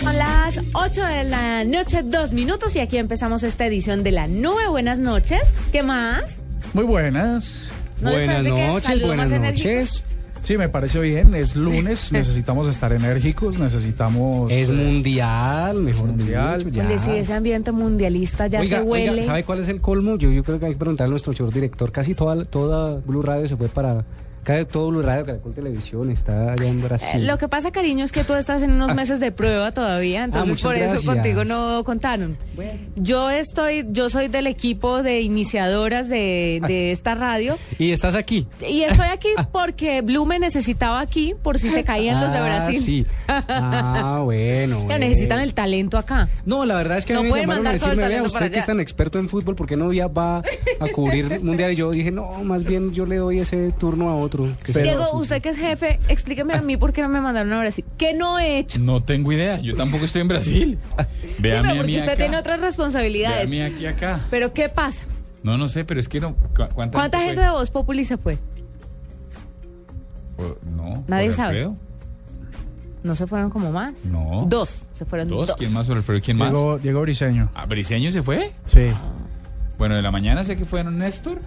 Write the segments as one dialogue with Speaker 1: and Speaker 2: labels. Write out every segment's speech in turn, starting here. Speaker 1: Son las 8 de la noche, dos minutos, y aquí empezamos esta edición de la nube. Buenas noches. ¿Qué más?
Speaker 2: Muy buenas.
Speaker 1: ¿No les
Speaker 3: buenas
Speaker 1: parece que
Speaker 3: noches,
Speaker 1: saludo
Speaker 3: buenas
Speaker 1: más enérgico?
Speaker 3: noches.
Speaker 2: Sí, me parece bien. Es lunes, necesitamos estar enérgicos, necesitamos.
Speaker 3: Es
Speaker 2: eh,
Speaker 3: mundial, mejor
Speaker 2: mundial.
Speaker 3: dicho, ya.
Speaker 1: Oye, sí, ese ambiente mundialista ya
Speaker 3: Oiga,
Speaker 1: se
Speaker 3: oiga,
Speaker 1: huele.
Speaker 3: ¿sabe cuál es el colmo? Yo, yo creo que hay que preguntarle a nuestro señor director. Casi toda, toda Blue Radio se fue para. Casi todo Blue Radio, Caracol Televisión, está allá en Brasil.
Speaker 1: Eh, Lo que pasa, cariño, es que tú estás en unos meses de prueba todavía, entonces
Speaker 3: Ah. muchas
Speaker 1: por eso
Speaker 3: gracias.
Speaker 1: contigo no contaron. Yo estoy, yo soy del equipo de iniciadoras de,
Speaker 3: Ah.
Speaker 1: de esta radio.
Speaker 3: Y estás aquí.
Speaker 1: Y estoy aquí porque Blue me necesitaba aquí por si se caían los de
Speaker 3: Ah,
Speaker 1: Brasil.
Speaker 3: Sí. Ah, bueno.
Speaker 1: Ya
Speaker 3: bueno.
Speaker 1: necesitan el talento acá.
Speaker 3: No, la verdad es que
Speaker 1: No
Speaker 3: a mí me
Speaker 1: pueden
Speaker 3: llamaron a
Speaker 1: mandar todo el
Speaker 3: decirme, vea,
Speaker 1: talento para
Speaker 3: usted que
Speaker 1: allá".
Speaker 3: es tan experto en fútbol, ¿por qué no ya va a cubrir mundial? Y yo dije, no, más bien yo le doy ese turno a otro. que se llama
Speaker 1: Diego,
Speaker 3: fútbol".
Speaker 1: usted que es jefe, explíqueme a mí por qué no me mandaron a Brasil. ¿Qué no he hecho?
Speaker 4: No tengo idea, yo tampoco estoy en Brasil.
Speaker 1: sí,
Speaker 4: Véame
Speaker 1: pero
Speaker 4: a mí
Speaker 1: porque usted
Speaker 4: acá.
Speaker 1: tiene otras responsabilidades.
Speaker 4: Véame aquí acá.
Speaker 1: Pero ¿qué pasa?
Speaker 4: No, no sé, pero es que no. cu- ¿Cuánta,
Speaker 1: ¿Cuánta gente de Voz Populi se fue?
Speaker 4: fue? O- Pues, No.
Speaker 1: Nadie
Speaker 4: por
Speaker 1: sabe.
Speaker 4: Alfredo.
Speaker 1: ¿No se fueron como más?
Speaker 4: No.
Speaker 1: Dos, se fueron dos.
Speaker 4: Dos. ¿Quién más? Sobre Alfredo, ¿quién más?
Speaker 2: Diego, Diego Briseño.
Speaker 4: ¿A Briseño se fue?
Speaker 2: Sí.
Speaker 4: Bueno, de la mañana sé que fueron Néstor,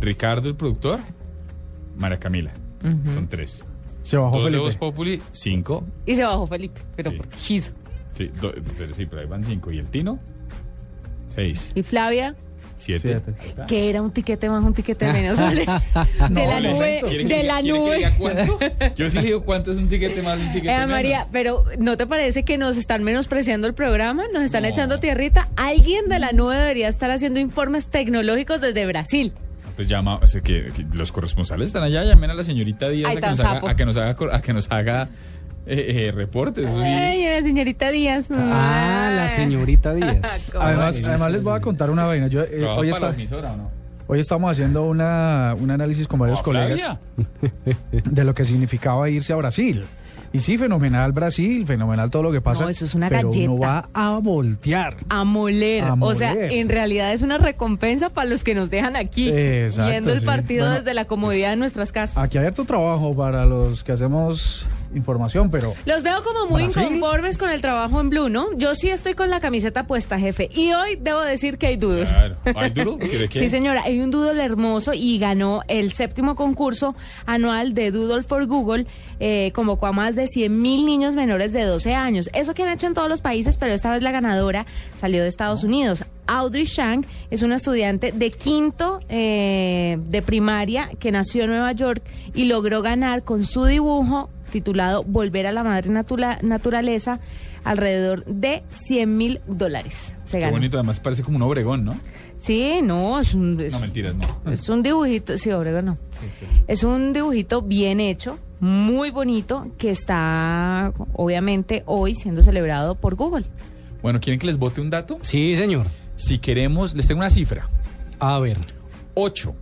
Speaker 4: Ricardo, el productor, María Camila. Son tres.
Speaker 2: Se bajó
Speaker 4: Dos de
Speaker 2: Felipe.
Speaker 4: Voz Populi, cinco.
Speaker 1: Y se bajó Felipe, pero
Speaker 4: Sí.
Speaker 1: por qué quiso.
Speaker 4: Sí, do- pero sí, pero ahí van cinco. ¿Y el Tino? Seis.
Speaker 1: Y Flavia,
Speaker 4: Siete.
Speaker 2: Siete.
Speaker 1: que era un tiquete más, un tiquete menos. de la
Speaker 4: Ah, No,
Speaker 1: nube,
Speaker 4: ¿quieren que-
Speaker 1: de la
Speaker 4: quieren que
Speaker 1: nube.
Speaker 4: diga cuánto? Yo sí le digo cuánto es un tiquete más, un tiquete
Speaker 1: Eh,
Speaker 4: menos.
Speaker 1: María, pero ¿no te parece que nos están menospreciando el programa? ¿Nos están
Speaker 4: No.
Speaker 1: echando tierrita? Alguien de la nube debería estar haciendo informes tecnológicos desde Brasil.
Speaker 4: Pues llama, o sea, que, que los corresponsales están allá, llamen a la señorita Díaz
Speaker 1: Ay,
Speaker 4: a, que
Speaker 1: tan
Speaker 4: nos haga,
Speaker 1: sapo.
Speaker 4: a que nos haga, cor- a que nos haga eh, eh, reportes. eso sí.
Speaker 1: Ay, la señorita Díaz.
Speaker 3: Ah, la señorita Díaz.
Speaker 1: ¿Cómo?
Speaker 2: Además,
Speaker 4: Ay,
Speaker 2: además
Speaker 4: sí,
Speaker 2: les voy a
Speaker 4: sí, sí.
Speaker 2: contar una vaina. Yo, eh,
Speaker 4: ¿Trabaja
Speaker 2: hoy,
Speaker 4: ah, para la
Speaker 2: está-
Speaker 4: emisora o no?
Speaker 2: hoy estamos haciendo una, un análisis con varios
Speaker 4: ¿O a
Speaker 2: colegas
Speaker 4: Flavia?
Speaker 2: de lo que significaba irse a Brasil. Y sí, fenomenal Brasil, fenomenal todo lo que pasa.
Speaker 1: No, eso es una
Speaker 2: pero uno
Speaker 1: galleta.
Speaker 2: va a voltear.
Speaker 1: A moler.
Speaker 2: A
Speaker 1: O sea,
Speaker 2: moler.
Speaker 1: en realidad es una recompensa para los que nos dejan aquí.
Speaker 2: Exacto,
Speaker 1: viendo el
Speaker 2: sí.
Speaker 1: partido
Speaker 2: Bueno,
Speaker 1: desde la comodidad de nuestras casas.
Speaker 2: Aquí hay harto trabajo para los que hacemos información, pero
Speaker 1: Los veo como muy
Speaker 2: Brasil.
Speaker 1: inconformes con el trabajo en Blue, ¿no? Yo sí estoy con la camiseta puesta, jefe. Y hoy debo decir que hay dudas.
Speaker 4: Claro. ¿Hay duro? ¿Quiere que-
Speaker 1: Sí, señora, hay un Doodle hermoso y ganó el séptimo concurso anual de Doodle for Google. eh, convocó a más de 100.000 niños menores de 12 años. Eso que han hecho en todos los países, pero esta vez la ganadora salió de Estados Unidos. Audrey Shang es una estudiante de quinto eh, de primaria que nació en Nueva York y logró ganar con su dibujo titulado Volver a la Madre Natula- Naturaleza alrededor de 100.000 mil dólares. Se
Speaker 4: Qué
Speaker 1: ganó.
Speaker 4: bonito, además parece como un obregón, ¿no?
Speaker 1: Sí, no, es un, es-
Speaker 4: No, mentiras, no.
Speaker 1: es un dibujito, sí, Obregón no. Es un dibujito bien hecho, muy bonito, que está obviamente hoy siendo celebrado por Google.
Speaker 4: Bueno, ¿quieren que les vote un dato?
Speaker 3: Sí, señor.
Speaker 4: Si queremos, les tengo una cifra.
Speaker 3: A ver,
Speaker 4: Ocho.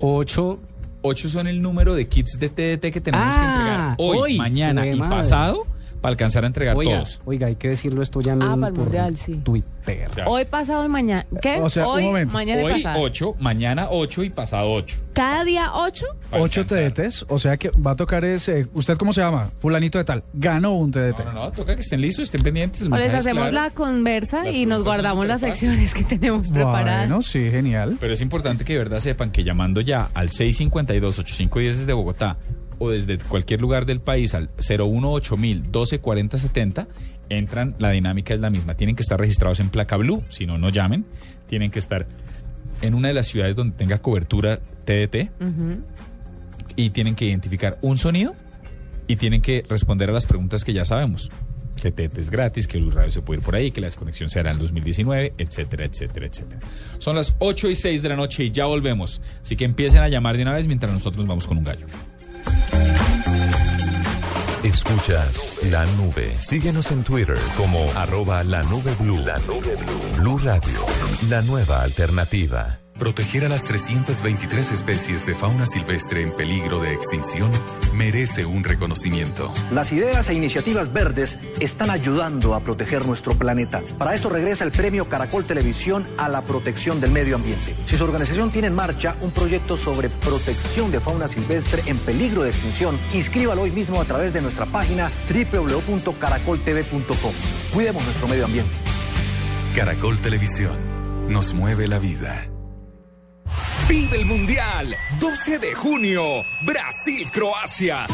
Speaker 3: 8.
Speaker 4: Ocho son el número de kits de TDT que tenemos que
Speaker 3: Ah,
Speaker 4: entregar hoy,
Speaker 3: hoy.
Speaker 4: mañana
Speaker 3: Jue
Speaker 4: y
Speaker 3: madre.
Speaker 4: pasado para alcanzar a entregar
Speaker 3: Oiga,
Speaker 4: todos.
Speaker 3: oiga, hay que decirlo esto ya
Speaker 1: Ah,
Speaker 3: no
Speaker 1: para el mundial, sí.
Speaker 3: Twitter.
Speaker 4: Ya.
Speaker 1: Hoy, pasado y mañana. ¿Qué?
Speaker 2: O sea, un
Speaker 1: hoy,
Speaker 2: momento.
Speaker 1: mañana y
Speaker 4: Hoy
Speaker 1: pasado.
Speaker 4: 8, mañana 8 y pasado 8.
Speaker 1: Cada día ocho.
Speaker 2: Ocho TDTs, o sea que va a tocar ese. ¿Usted cómo se llama? Fulanito de tal. Ganó un TDT.
Speaker 4: No, no, no, Ah, toca que estén listos, estén pendientes. el
Speaker 1: O les
Speaker 4: mensaje es
Speaker 1: hacemos
Speaker 4: claro.
Speaker 1: la conversa
Speaker 4: Las
Speaker 1: y nos
Speaker 4: preguntas
Speaker 1: guardamos
Speaker 4: son
Speaker 1: las
Speaker 4: súper
Speaker 1: secciones que tenemos preparadas.
Speaker 2: Bueno, sí, genial.
Speaker 4: Pero es importante que de verdad sepan que llamando ya al 652-8510 desde Bogotá o desde cualquier lugar del país al 018-1240-70, entran, la dinámica es la misma. Tienen que estar registrados en Placa Blue, si no, no llamen. Tienen que estar en una de las ciudades donde tenga cobertura TDT
Speaker 1: Ujú.
Speaker 4: y tienen que identificar un sonido y tienen que responder a las preguntas que ya sabemos. Que TET es gratis, que Blue Radio se puede ir por ahí, que la desconexión se hará en 2019, etcétera, etcétera, etcétera. Son las 8 y 6 de la noche y ya volvemos. Así que empiecen a llamar de una vez mientras nosotros vamos con un gallo.
Speaker 5: Escuchas la nube. Síguenos en Twitter como arroba la nube blue. La nube blue. Blue Radio, la nueva alternativa.
Speaker 6: Proteger a las 323 especies de fauna silvestre en peligro de extinción merece un reconocimiento.
Speaker 7: Las ideas e iniciativas verdes están ayudando a proteger nuestro planeta. Para esto regresa el premio Caracol Televisión a la protección del medio ambiente. Si su organización tiene en marcha un proyecto sobre protección de fauna silvestre en peligro de extinción, inscríbalo hoy mismo a través de nuestra página www.caracoltv.com. Cuidemos nuestro medio ambiente.
Speaker 6: Caracol Televisión nos mueve la vida.
Speaker 8: Vive el Mundial, 12 de junio, Brasil-Croacia.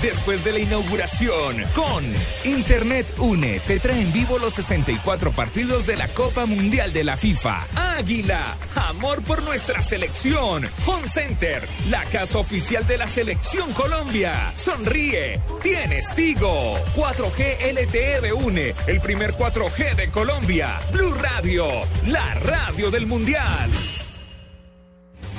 Speaker 8: Después de la inauguración, con Internet Une te trae en vivo los 64 partidos de la Copa Mundial de la FIFA. Águila, amor por nuestra selección. Home Center, la casa oficial de la selección Colombia. Sonríe, tienes Tigo. 4G LTE de Une, el primer 4G de Colombia. Blue Radio, la radio del Mundial.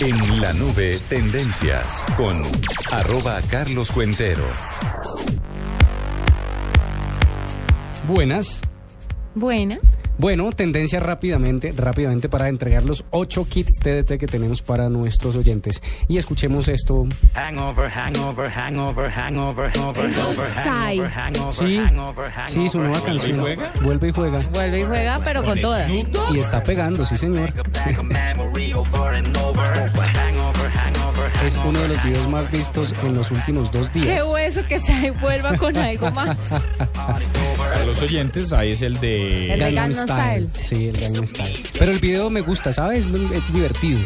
Speaker 5: En la nube, tendencias con arroba Carlos Cuentero.
Speaker 3: Buenas.
Speaker 1: Buena.
Speaker 3: Bueno, tendencia rápidamente, rápidamente para entregar los 8 kits TDT que tenemos para nuestros oyentes. Y escuchemos esto.
Speaker 9: Hangover, hangover, hangover, hangover, hangover, hangover,
Speaker 1: Sai.
Speaker 9: hangover, hangover,
Speaker 3: Sí,
Speaker 9: hangover,
Speaker 3: sí, su nueva
Speaker 9: hangover.
Speaker 3: canción.
Speaker 4: ¿Vuelve
Speaker 3: Vuelve
Speaker 4: y juega?
Speaker 3: y juega.
Speaker 1: Vuelve y juega, pero con todas.
Speaker 3: Y está pegando, sí señor.
Speaker 9: Back a memory over and over. Hangover, hangover,
Speaker 3: Es uno de los videos más vistos en los últimos dos
Speaker 1: Qué
Speaker 3: días.
Speaker 1: hueso que se vuelva con algo más.
Speaker 4: Para los oyentes, ahí es el de...
Speaker 1: El de
Speaker 3: Gangnam
Speaker 1: Gangnam Style.
Speaker 3: Sí, el Gangnam Style. Pero el video me gusta, ¿sabes? Es divertido.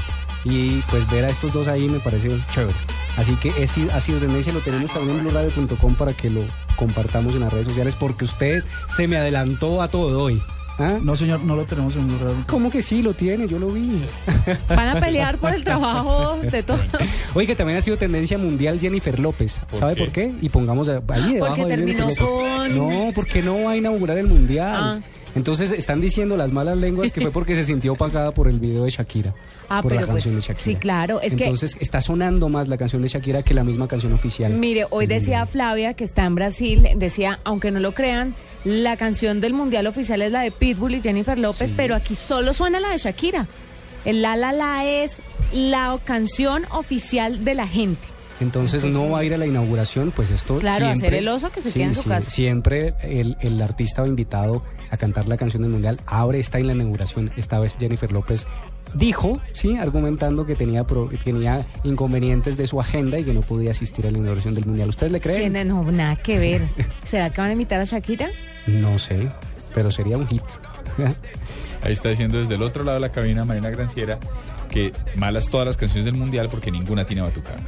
Speaker 3: Y pues ver a estos dos ahí me parece chévere. Así que es, ha sido tendencia, lo tenemos también en blurradio.com para que lo compartamos en las redes sociales porque usted se me adelantó a todo hoy. ¿Ah?
Speaker 10: No, señor, no lo tenemos en Blue Radio.
Speaker 3: ¿Cómo que sí? Lo tiene, yo lo vi.
Speaker 1: Van a pelear por el trabajo de todos.
Speaker 3: Oye, que también ha sido tendencia mundial Jennifer López.
Speaker 4: ¿Por
Speaker 3: ¿Sabe
Speaker 4: qué?
Speaker 3: por qué? Y pongamos a- ahí debajo
Speaker 1: Ah, Porque
Speaker 3: de Jennifer
Speaker 1: terminó
Speaker 3: López.
Speaker 1: con-
Speaker 3: No, porque no va a inaugurar el mundial.
Speaker 1: Ah.
Speaker 3: Entonces están diciendo las malas lenguas que fue porque se sintió opacada por el video de Shakira.
Speaker 1: Ah,
Speaker 3: por la
Speaker 1: pero pues,
Speaker 3: canción de Shakira.
Speaker 1: sí, claro, es que-
Speaker 3: Entonces está sonando más la canción de Shakira que la misma canción oficial.
Speaker 1: Mire, hoy decía Flavia, que está en Brasil, decía, aunque no lo crean, la canción del Mundial oficial es la de Pitbull y Jennifer López, pero aquí solo suena la de Shakira. El La La La es la canción oficial de la gente.
Speaker 3: Entonces no va a ir a la inauguración, pues esto
Speaker 1: Claro,
Speaker 3: siempre-
Speaker 1: hacer el oso que se quede en su casa.
Speaker 3: Siempre el, el artista o invitado a cantar la canción del mundial ahora está en la inauguración. Esta vez Jennifer López dijo, sí, argumentando que tenía pro- tenía inconvenientes de su agenda y que no podía asistir a la inauguración del mundial. ¿Ustedes le creen?
Speaker 1: Tiene no, nada que ver. ¿Será que van a invitar a Shakira?
Speaker 3: No sé, pero sería un hit.
Speaker 4: Ahí está diciendo desde el otro lado de la cabina Marina Granciera que malas todas las canciones del mundial porque ninguna tiene batucada.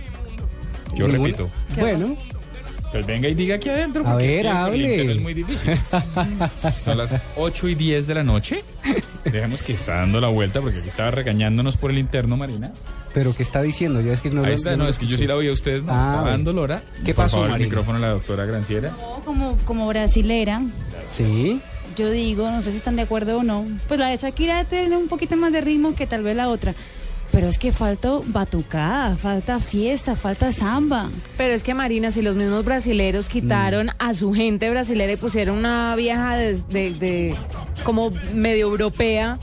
Speaker 4: Yo
Speaker 3: Ninguna-
Speaker 4: repito,
Speaker 3: Bueno,
Speaker 4: pues venga y diga aquí adentro.
Speaker 3: A
Speaker 4: porque es
Speaker 3: ver,
Speaker 4: que en
Speaker 3: hable.
Speaker 4: Berlín, pero es muy difícil. Son las 8 y 10 de la noche. Dejemos que está dando la vuelta porque aquí estaba regañándonos por el interno, Marina.
Speaker 3: pero ¿qué está diciendo? Yo es que no
Speaker 4: Ahí
Speaker 3: lo-
Speaker 4: está,
Speaker 3: yo
Speaker 4: no,
Speaker 3: lo
Speaker 4: es que yo sí la oí a ustedes, no,
Speaker 3: Ah,
Speaker 4: estaba
Speaker 3: bueno.
Speaker 4: dando Lora.
Speaker 3: ¿Qué
Speaker 4: Por
Speaker 3: pasó,
Speaker 4: favor, el
Speaker 3: Marina?
Speaker 4: micrófono a la doctora Granciera.
Speaker 11: No, Como, como brasilera,
Speaker 3: Sí.
Speaker 11: yo digo, no sé si están de acuerdo o no, pues la de Shakira tiene un poquito más de ritmo que tal vez la otra. Pero es que falta batucada, falta fiesta, falta samba.
Speaker 1: Pero es que Marina, si los mismos brasileros quitaron a su gente brasilera y pusieron una vieja de, de- de- como medio europea,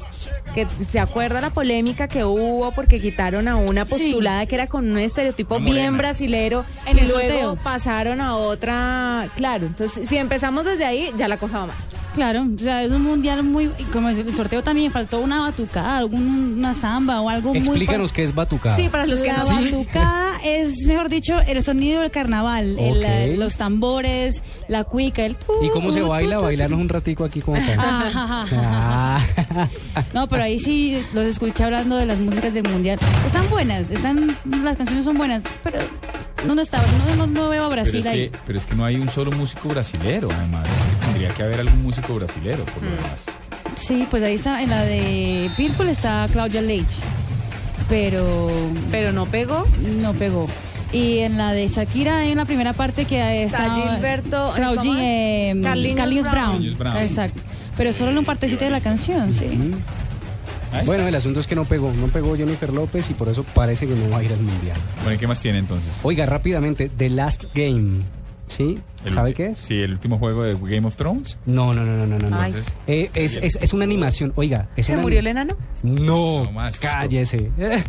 Speaker 1: que se acuerda la polémica que hubo porque quitaron a una postulada que era con un estereotipo
Speaker 4: Una morena.
Speaker 1: bien brasilero
Speaker 11: En
Speaker 1: y
Speaker 11: el
Speaker 1: luego
Speaker 11: sorteo.
Speaker 1: pasaron a otra, claro, entonces si empezamos desde ahí ya la cosa va mal.
Speaker 11: Claro, o sea, es un mundial muy. Como el sorteo también faltó una batucada, algún- una samba o algo muy.
Speaker 3: Explícanos qué es batucada.
Speaker 11: Sí, para los que la
Speaker 3: ¿Sí?
Speaker 11: batucada es, mejor dicho, el sonido del carnaval, el,
Speaker 3: Ok.
Speaker 11: eh, los tambores, la cuica, el tu,
Speaker 3: ¿Y cómo se
Speaker 11: tu,
Speaker 3: baila?
Speaker 11: tu, tu.
Speaker 3: Bailarnos un ratico aquí como para...
Speaker 11: Ah,
Speaker 3: Ah,
Speaker 11: No, pero ahí sí los escuché hablando de las músicas del mundial. Están buenas, están las canciones son buenas, pero no no está, no, no, no veo a
Speaker 4: Pero
Speaker 11: Brasil
Speaker 4: es,
Speaker 11: ahí.
Speaker 4: que, pero es que no hay un solo músico brasilero, además. Es que tendría que haber algún músico brasilero, por lo
Speaker 11: Mm.
Speaker 4: demás.
Speaker 11: Sí, pues ahí está en la de Pitbull está Claudia Leitch. Pero pero no pegó, no pegó. Y en la de Shakira en la primera parte que está
Speaker 1: Está Gilberto-
Speaker 11: Claudio
Speaker 1: ¿cómo es? Carlinhos Brown.
Speaker 11: Brown.
Speaker 3: Carlinhos Brown.
Speaker 11: Exacto. Pero solo en un partecito de la canción, sí.
Speaker 3: Bueno, el asunto es que no pegó. No pegó Jennifer López y por eso parece que no va a ir al mundial.
Speaker 4: Bueno, ¿y qué más tiene entonces?
Speaker 3: Oiga, rápidamente, The Last Game. ¿Sí?
Speaker 4: El
Speaker 3: ¿Sabe
Speaker 4: ulti-
Speaker 3: qué es?
Speaker 4: Sí, el último juego de Game of Thrones.
Speaker 3: No, no, no, no, no. no.
Speaker 4: Ay.
Speaker 3: Eh, es, es- es una animación. Oiga, es
Speaker 12: ¿Se
Speaker 3: una
Speaker 12: murió el
Speaker 3: anim-
Speaker 12: enano?
Speaker 3: No, cállese.
Speaker 4: Eh,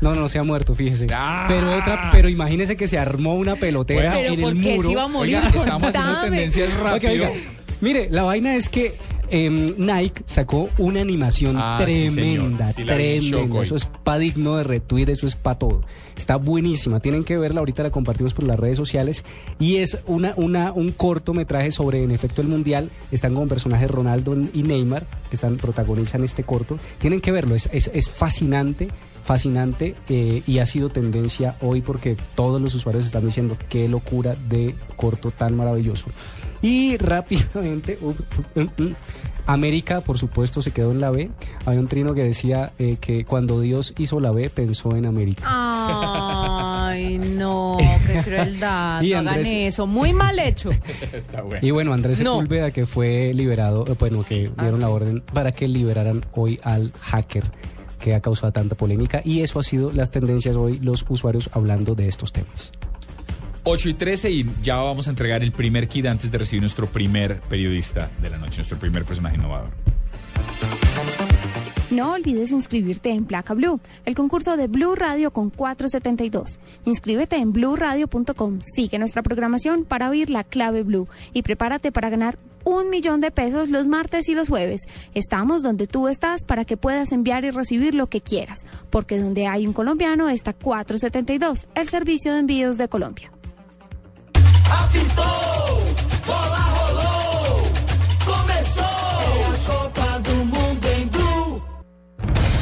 Speaker 3: No, no, se ha muerto, fíjese.
Speaker 4: Ah.
Speaker 3: Pero otra, pero imagínese que se armó una pelotera
Speaker 12: Pero
Speaker 3: en el
Speaker 12: ¿por qué se
Speaker 3: muro.
Speaker 12: iba a morir?
Speaker 3: Oiga, estamos haciendo
Speaker 12: Contame.
Speaker 3: tendencias rápido.
Speaker 12: Oiga,
Speaker 3: Mire, la vaina es que em, Nike sacó una animación
Speaker 4: Ah, sí, señor.
Speaker 3: tremenda,
Speaker 4: Sí, la vi en
Speaker 3: tremenda.
Speaker 4: Shokoi.
Speaker 3: Eso es pa' digno de retweet, eso es pa' todo. Está buenísima, tienen que verla, ahorita la compartimos por las redes sociales. Y es una, una, un cortometraje sobre, en efecto, el Mundial. Están con personajes Ronaldo y Neymar, que están, protagonizan este corto. Tienen que verlo, es, es, es fascinante, fascinante. eh, y ha sido tendencia hoy porque todos los usuarios están diciendo qué locura de corto tan maravilloso. Y rápidamente, up, up, up, América, por supuesto, se quedó en la B. Había un trino que decía eh, que cuando Dios hizo la B, pensó en América.
Speaker 12: Ay, no, qué crueldad.
Speaker 3: Y
Speaker 12: no hagan
Speaker 3: Andrés-
Speaker 12: eso. Muy mal hecho.
Speaker 3: Y bueno, Andrés
Speaker 12: No.
Speaker 3: Sepúlveda, que fue liberado, eh, bueno, que dieron la orden para que liberaran hoy al hacker que ha causado tanta polémica. Y eso ha sido las tendencias hoy, los usuarios hablando de estos temas.
Speaker 4: 8 y 13 y ya vamos a entregar el primer kit antes de recibir nuestro primer periodista de la noche, nuestro primer personaje innovador.
Speaker 13: No olvides inscribirte en Placa Blue, el concurso de Blue Radio con 472. Inscríbete en blueradio.com. Sigue nuestra programación para oír la clave Blue y prepárate para ganar un millón de pesos los martes y los jueves. Estamos donde tú estás para que puedas enviar y recibir lo que quieras, porque donde hay un colombiano está 472, el servicio de envíos de Colombia.
Speaker 9: Apitou, bola rolou, começou. É a Copa do Mundo em Blue.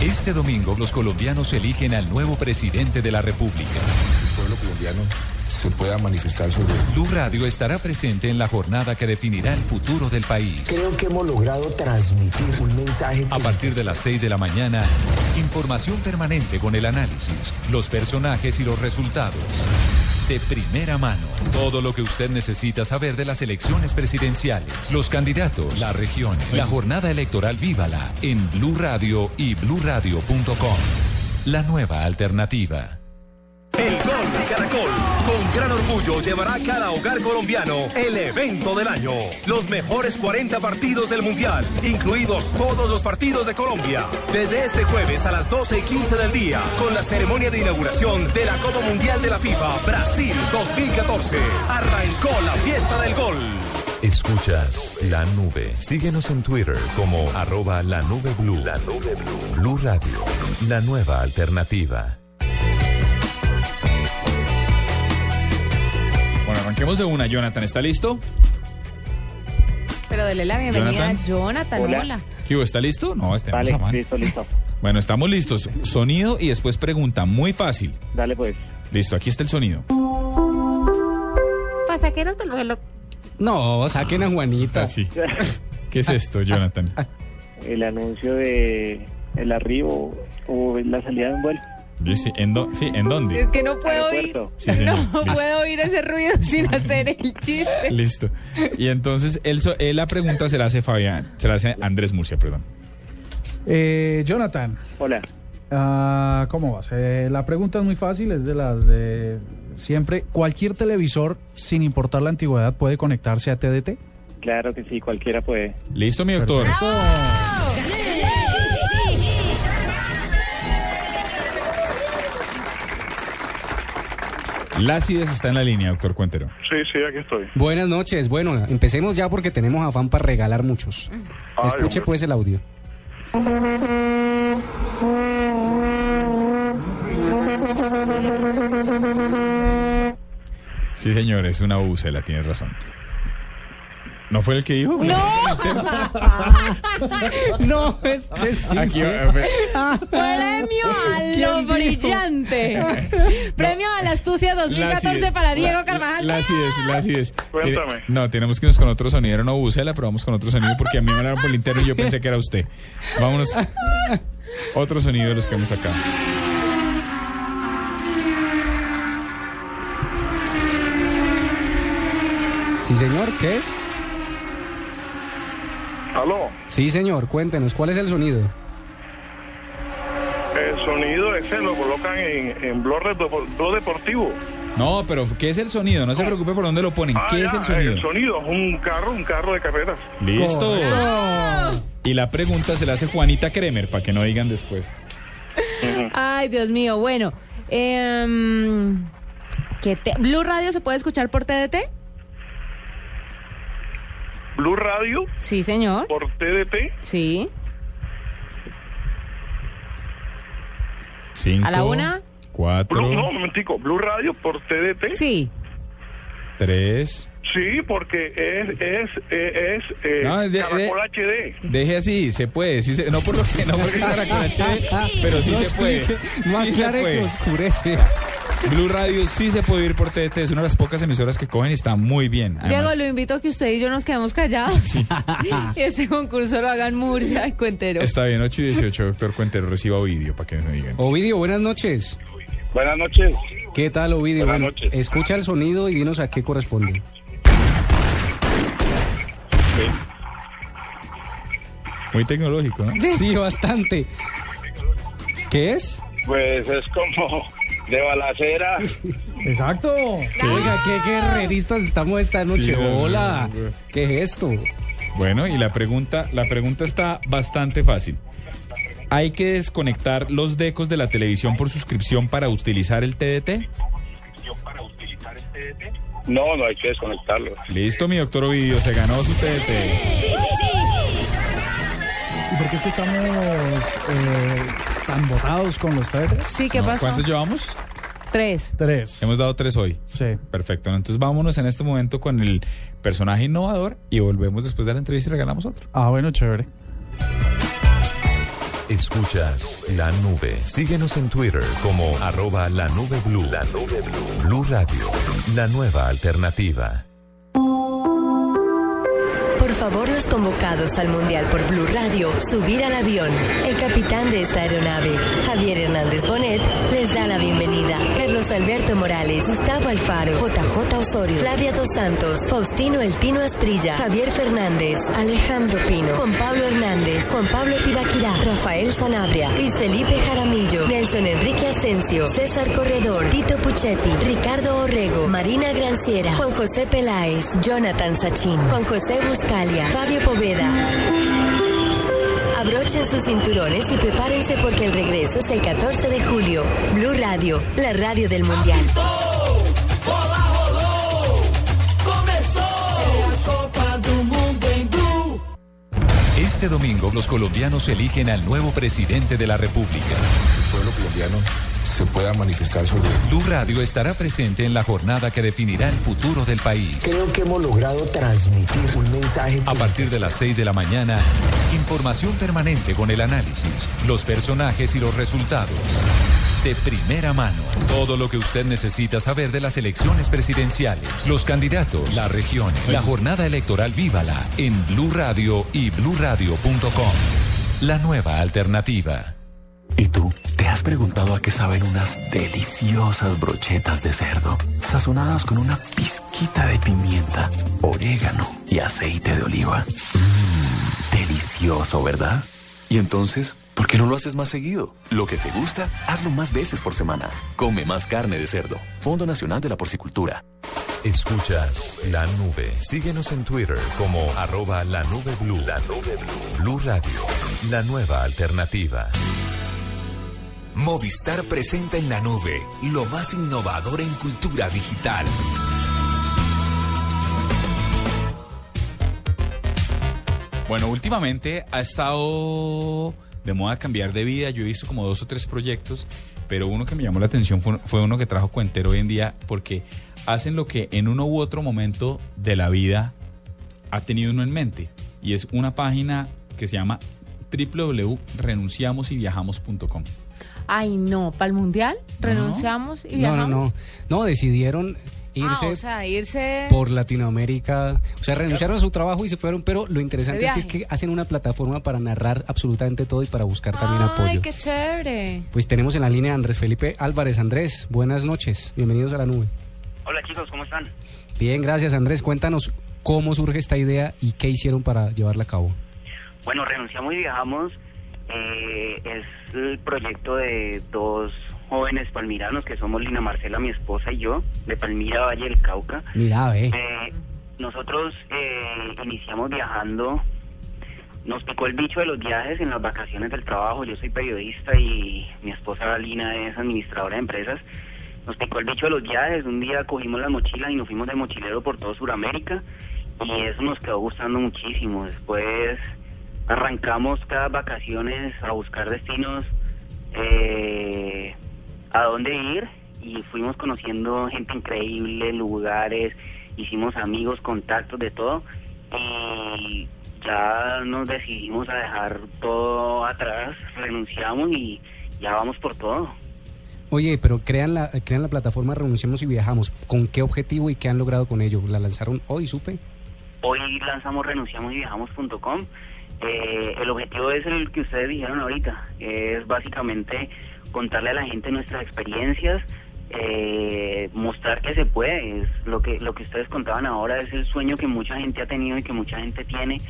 Speaker 5: Este domingo los colombianos eligen al nuevo presidente de la República. El pueblo colombiano se pueda manifestar sobre Blue Radio estará presente en la jornada que definirá el futuro del país.
Speaker 14: Creo que hemos logrado transmitir un mensaje.
Speaker 5: A partir de las 6 de la mañana, información permanente con el análisis, los personajes y los resultados. De primera mano, todo lo que usted necesita saber de las elecciones presidenciales, los candidatos, las regiones, la jornada electoral vívala en Blue Radio y bluradio.com. La nueva alternativa.
Speaker 15: El Gol Caracol, con gran orgullo, llevará a cada hogar colombiano el evento del año. Los mejores 40 partidos del Mundial, incluidos todos los partidos de Colombia. Desde este jueves a las 12 y 15 del día, con la ceremonia de inauguración de la Copa Mundial de la FIFA Brasil 2014. Arrancó la fiesta del gol.
Speaker 5: Escuchas La Nube. Síguenos en Twitter como arroba la nube blue. La nube blue. Blue Radio. La nueva alternativa.
Speaker 4: Bueno, arranquemos de una. Jonathan, ¿está listo?
Speaker 1: Pero dele la bienvenida a
Speaker 4: Jonathan.
Speaker 1: Jonathan. Hola.
Speaker 4: ¿Qué hubo? ¿Está listo? No, está
Speaker 16: Vale, listo, listo.
Speaker 4: Bueno, estamos listos. Sonido y después pregunta. Muy fácil.
Speaker 16: Dale, pues.
Speaker 4: Listo, aquí está el sonido.
Speaker 13: Pasajeros del vuelo
Speaker 3: No, saquen a Juanita.
Speaker 4: Ah, Sí. ¿Qué es esto, Jonathan?
Speaker 16: El anuncio de el arribo o la salida de un vuelo.
Speaker 4: Yo sí, ¿en, dó- sí, ¿en dónde?
Speaker 12: Es que no puedo oír.
Speaker 4: Sí,
Speaker 12: no
Speaker 4: señor. Listo.
Speaker 12: puedo oír ese ruido sin hacer el chiste.
Speaker 4: Listo. Y entonces, él, so- él la pregunta se la hace Fabián, se la hace Andrés Murcia, perdón.
Speaker 2: Eh, Jonathan.
Speaker 16: Hola.
Speaker 2: Ah, ¿Cómo vas? Eh, la pregunta es muy fácil, es de las de siempre. ¿Cualquier televisor, sin importar la antigüedad, puede conectarse a TDT?
Speaker 16: Claro que sí, cualquiera puede.
Speaker 4: Listo, mi doctor. Las ideas está en la línea, doctor Cuentero.
Speaker 17: Sí, sí, aquí estoy.
Speaker 3: Buenas noches. Bueno, empecemos ya porque tenemos afán para regalar muchos.
Speaker 17: Ay,
Speaker 3: Escuche
Speaker 17: hombre.
Speaker 3: pues el audio.
Speaker 4: Sí, señor, es una bucela, tiene razón. ¿No fue el que dijo?
Speaker 3: no, este sí.
Speaker 4: Aquí va-
Speaker 12: Premio a lo
Speaker 4: ¿Quién dijo?
Speaker 12: brillante. Premio a la astucia 2014 para Diego Carvajal.
Speaker 4: Las ideas, las ideas.
Speaker 17: Cuéntame.
Speaker 4: No, tenemos que irnos con otro sonido. Era una bucela, pero vamos con otro sonido porque a mí me hablaron por el interno y yo pensé que era usted. Vámonos. Otro sonido de los que hemos sacado.
Speaker 3: Sí, señor, ¿qué es?
Speaker 17: Aló,
Speaker 3: Sí, señor, cuéntenos, ¿cuál es el sonido?
Speaker 17: el sonido ese lo colocan en, en blog, de- blog deportivo.
Speaker 4: No, pero ¿qué es el sonido? No se preocupe por dónde lo ponen.
Speaker 17: Ah,
Speaker 4: ¿Qué
Speaker 17: ya,
Speaker 4: es el sonido?
Speaker 17: El sonido es un carro, un carro de carreras.
Speaker 4: Listo. Y la pregunta se la hace Juanita Kremer, para que no digan después.
Speaker 1: Ay, Dios mío. Bueno, em, ¿qué te- ¿Blue Radio se puede escuchar por TDT?
Speaker 17: Blue Radio
Speaker 1: Sí, señor.
Speaker 17: por TDT.
Speaker 1: Sí.
Speaker 4: Cinco,
Speaker 1: ¿A la una?
Speaker 4: Cuatro,
Speaker 17: Blue, no, un momentico, Blue Radio por TDT.
Speaker 1: Sí.
Speaker 4: tres.
Speaker 17: Sí, porque es, es, eh, es, eh,
Speaker 4: No, de- de-
Speaker 17: Caracol HD.
Speaker 4: Deje así, se puede. sí se- no por lo que no porque estará con HD, pero sí
Speaker 3: Ah, No
Speaker 4: se puede.
Speaker 3: explique, no
Speaker 4: Sí se
Speaker 3: aclare que
Speaker 4: puede.
Speaker 3: oscurece.
Speaker 4: Blue Radio sí se puede ir por TDT, es una de las pocas emisoras que cogen y está muy bien. además.
Speaker 12: Diego, lo invito a que usted y yo nos quedemos callados. y este concurso lo hagan Murcia y Cuentero.
Speaker 4: Está bien, 8 y 18, doctor Cuentero, reciba Ovidio para que me digan.
Speaker 3: Ovidio, buenas noches.
Speaker 17: Buenas noches.
Speaker 3: ¿Qué tal, Ovidio?
Speaker 4: Buenas
Speaker 3: noches. Escucha el sonido y dinos a qué corresponde.
Speaker 4: Muy tecnológico, ¿no?
Speaker 3: Sí, bastante. ¿Qué es?
Speaker 18: Pues es como de balacera.
Speaker 3: Exacto. Oiga, qué guerreristas estamos esta noche.
Speaker 4: Sí, no, no,
Speaker 3: Hola.
Speaker 4: no, no.
Speaker 3: ¿Qué es esto?
Speaker 4: Bueno, y la pregunta, la pregunta está bastante fácil. ¿Hay que desconectar los decos de la televisión por suscripción para utilizar el TDT?
Speaker 18: No, no hay que desconectarlo.
Speaker 4: Listo, mi doctor Ovidio, se ganó su TDT.
Speaker 2: ¿Por qué es que estamos eh, tan botados con los tres?
Speaker 12: Sí, ¿qué
Speaker 4: No,
Speaker 12: pasó?
Speaker 4: ¿Cuántos llevamos?
Speaker 12: Tres.
Speaker 2: Tres.
Speaker 4: Hemos dado tres hoy.
Speaker 2: Sí.
Speaker 4: Perfecto. ¿no? Entonces vámonos en este momento con el personaje innovador y volvemos después de la entrevista y regalamos otro.
Speaker 2: Ah, bueno, chévere.
Speaker 5: Escuchas la nube. Síguenos en Twitter como arroba la nube blue. La nube blue. Blue Radio, la nueva alternativa.
Speaker 19: Por favor, los convocados al Mundial por Blue Radio, subir al avión. El capitán de esta aeronave, Javier Hernández Bonet, les da la bienvenida. Carlos Alberto Morales, Gustavo Alfaro, JJ Osorio, Flavia Dos Santos, Faustino El Tino Asprilla, Javier Fernández, Alejandro Pino, Juan Pablo Hernández, Juan Pablo Tibaquirá, Rafael Sanabria, Luis Felipe Jaramillo, Nelson Enrique Asensio, César Corredor, Tito Puchetti, Ricardo Orrego, Marina Granciera, Juan José Peláez, Jonathan Sachin, Juan José Buscalia, Fabio Poveda. Abrochen sus cinturones y prepárense porque el regreso es el 14 de julio. Blue Radio, la radio del Mundial.
Speaker 5: Este domingo los colombianos eligen al nuevo presidente de la República.
Speaker 20: el pueblo colombiano se pueda manifestar sobre
Speaker 5: Blue Radio estará presente en la jornada que definirá el futuro del país.
Speaker 14: Creo que hemos logrado transmitir un mensaje
Speaker 5: A partir de las 6 de la mañana, información permanente con el análisis, los personajes y los resultados. De primera mano, todo lo que usted necesita saber de las elecciones presidenciales, los candidatos, la región, la jornada electoral vívala en Blue Radio y bluradio.com. La nueva alternativa.
Speaker 21: ¿Y tú? ¿Te has preguntado a qué saben unas deliciosas brochetas de cerdo? Sazonadas con una pizquita de pimienta, orégano y aceite de oliva. Mmm, delicioso, ¿verdad? Y entonces, ¿por qué no lo haces más seguido? Lo que te gusta, hazlo más veces por semana. Come más carne de cerdo. Fondo Nacional de la Porcicultura.
Speaker 5: Escuchas la nube. Síguenos en Twitter como arroba la nube blue. La nube blue. Blue Radio, la nueva alternativa.
Speaker 8: Movistar presenta en la nube lo más innovador en cultura digital.
Speaker 4: Bueno, últimamente ha estado de moda cambiar de vida. Yo he visto como dos o tres proyectos, pero uno que me llamó la atención fue, fue uno que trajo Cuentero hoy en día porque hacen lo que en uno u otro momento de la vida ha tenido uno en mente. Y es una página que se llama www.renunciamosyviajamos.com.
Speaker 1: Ay, no, para el mundial renunciamos y
Speaker 3: No, no,
Speaker 1: viajamos.
Speaker 3: no. No, decidieron irse
Speaker 1: Ah, o sea, irse.
Speaker 3: por Latinoamérica. O sea, renunciaron a su trabajo y se fueron, pero lo interesante
Speaker 1: De
Speaker 3: es que es que hacen una plataforma para narrar absolutamente todo y para buscar también
Speaker 1: Ay,
Speaker 3: apoyo.
Speaker 1: qué chévere.
Speaker 3: Pues tenemos en la línea a Andrés Felipe Álvarez. Andrés, buenas noches. Bienvenidos a la nube.
Speaker 22: Hola chicos, ¿cómo están?
Speaker 3: Bien, gracias Andrés. Cuéntanos cómo surge esta idea y qué hicieron para llevarla a cabo.
Speaker 22: Bueno, Renunciamos y Viajamos eh, es el proyecto de dos jóvenes palmiranos que somos Lina Marcela, mi esposa y yo, de Palmira, Valle del Cauca.
Speaker 3: Mira, ve.
Speaker 22: Eh, nosotros eh, iniciamos viajando, nos picó el bicho de los viajes en las vacaciones del trabajo. Yo soy periodista y mi esposa Lina es administradora de empresas. Nos picó el bicho de los viajes. Un día cogimos las mochilas y nos fuimos de mochilero por todo Sudamérica y eso nos quedó gustando muchísimo. Después arrancamos cada vacaciones a buscar destinos eh, a dónde ir y fuimos conociendo gente increíble, lugares, hicimos amigos, contactos, de todo y ya nos decidimos a dejar todo atrás, renunciamos y ya vamos por todo.
Speaker 3: Oye, pero crean la, crean la plataforma Renunciamos y Viajamos. ¿Con qué objetivo y qué han logrado con ello? ¿La lanzaron hoy, supe?
Speaker 22: Hoy lanzamos renunciamos y viajamos.com. Eh, el objetivo es el que ustedes dijeron ahorita, es básicamente contarle a la gente nuestras experiencias, eh, mostrar que se puede, es lo que lo que ustedes contaban ahora es el sueño que mucha gente ha tenido y que mucha gente tiene,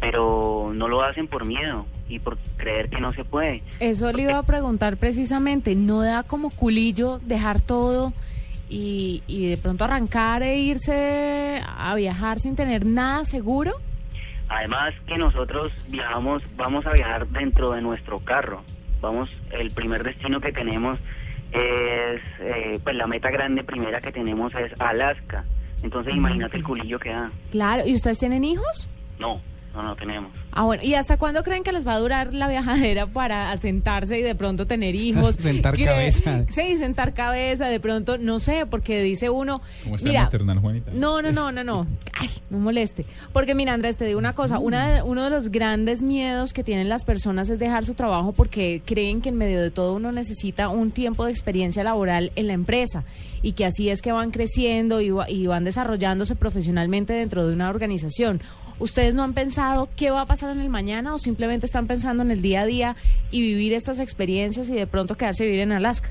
Speaker 22: pero no lo hacen por miedo y por creer que no se puede.
Speaker 1: Eso le iba a preguntar precisamente. ¿No da como culillo dejar todo y, y de pronto arrancar e irse a viajar sin tener nada seguro?
Speaker 22: Además que nosotros viajamos, vamos a viajar dentro de nuestro carro. Vamos, el primer destino que tenemos es, eh, pues la meta grande primera que tenemos es Alaska. Entonces imagínate el culillo que da.
Speaker 1: Claro. ¿Y ustedes tienen hijos?
Speaker 22: No, no, no tenemos.
Speaker 1: Ah, bueno. ¿Y hasta cuándo creen que les va a durar la viajadera para asentarse y de pronto tener hijos?
Speaker 3: Sentar
Speaker 1: Cre-
Speaker 3: cabeza.
Speaker 1: Sí, sentar cabeza, de pronto, no sé, porque dice uno,
Speaker 4: ¿Cómo está el
Speaker 1: mira,
Speaker 4: maternal, Juanita?
Speaker 12: mm,
Speaker 1: no, no, no, no, no, ay, no moleste. Porque mira, Andrés, te digo una cosa, una de- uno de los grandes miedos que tienen las personas es dejar su trabajo porque creen que en medio de todo uno necesita un tiempo de experiencia laboral en la empresa y que así es que van creciendo y, va- y van desarrollándose profesionalmente dentro de una organización. ¿Ustedes no han pensado qué va a pasar en el mañana o simplemente están pensando en el día a día y vivir estas experiencias y de pronto quedarse a vivir en Alaska?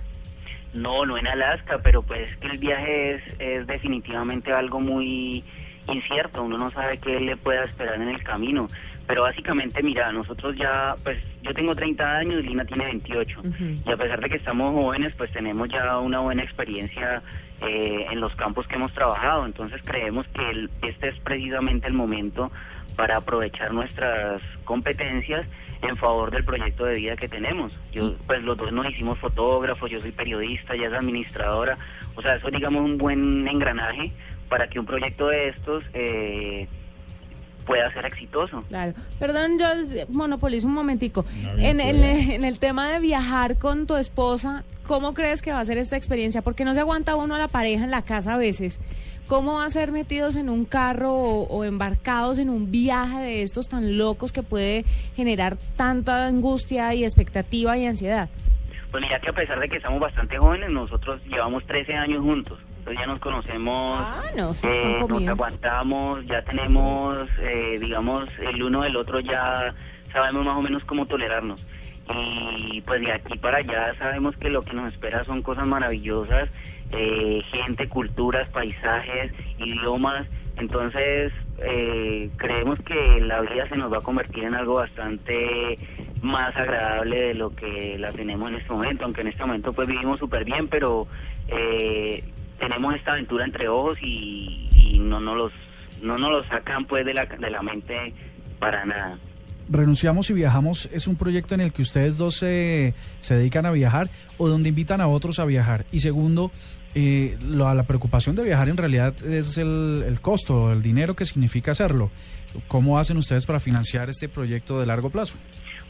Speaker 22: No, no en Alaska, pero pues es que el viaje es, es definitivamente algo muy incierto, uno no sabe qué le pueda esperar en el camino. Pero básicamente, mira, nosotros ya, pues yo tengo 30 años, Lina tiene 28. Y a pesar de que estamos jóvenes, pues tenemos ya una buena experiencia eh, en los campos que hemos trabajado. Entonces creemos que el- este es precisamente el momento para aprovechar nuestras competencias en favor del proyecto de vida que tenemos. Yo, pues los dos nos hicimos fotógrafos, yo soy periodista, ella es administradora. O sea, eso es, digamos, un buen engranaje para que un proyecto de estos eh, pueda ser exitoso.
Speaker 1: Claro. Perdón, yo eh, monopolizo un momentico.
Speaker 22: bien,
Speaker 1: en, el,
Speaker 22: cuidado.
Speaker 1: en el tema de viajar con tu esposa, ¿cómo crees que va a ser esta experiencia? Porque no se aguanta uno a la pareja en la casa a veces. ¿Cómo va a ser metidos en un carro o, o embarcados en un viaje de estos tan locos que puede generar tanta angustia y expectativa y ansiedad?
Speaker 22: Pues mira que a pesar de que estamos bastante jóvenes, nosotros llevamos 13 años juntos. Entonces ya nos conocemos,
Speaker 1: no, sí,
Speaker 22: eh,
Speaker 1: tampoco
Speaker 22: nos
Speaker 1: mío.
Speaker 22: aguantamos, ya tenemos, eh, digamos, el uno del otro, ya sabemos más o menos cómo tolerarnos. Y pues de aquí para allá sabemos que lo que nos espera son cosas maravillosas, eh, gente, culturas, paisajes, idiomas. Entonces eh, creemos que la vida se nos va a convertir en algo bastante más agradable de lo que la tenemos en este momento, aunque en este momento pues vivimos súper bien, pero eh, tenemos esta aventura entre ojos y, y no nos los no nos los sacan pues de la, de la mente para nada.
Speaker 2: Renunciamos y Viajamos es un proyecto en el que ustedes dos se, se dedican a viajar o donde invitan a otros a viajar. Y segundo, eh, la, la preocupación de viajar en realidad es el, el costo, el dinero que significa hacerlo. ¿Cómo hacen ustedes para financiar este proyecto de largo plazo?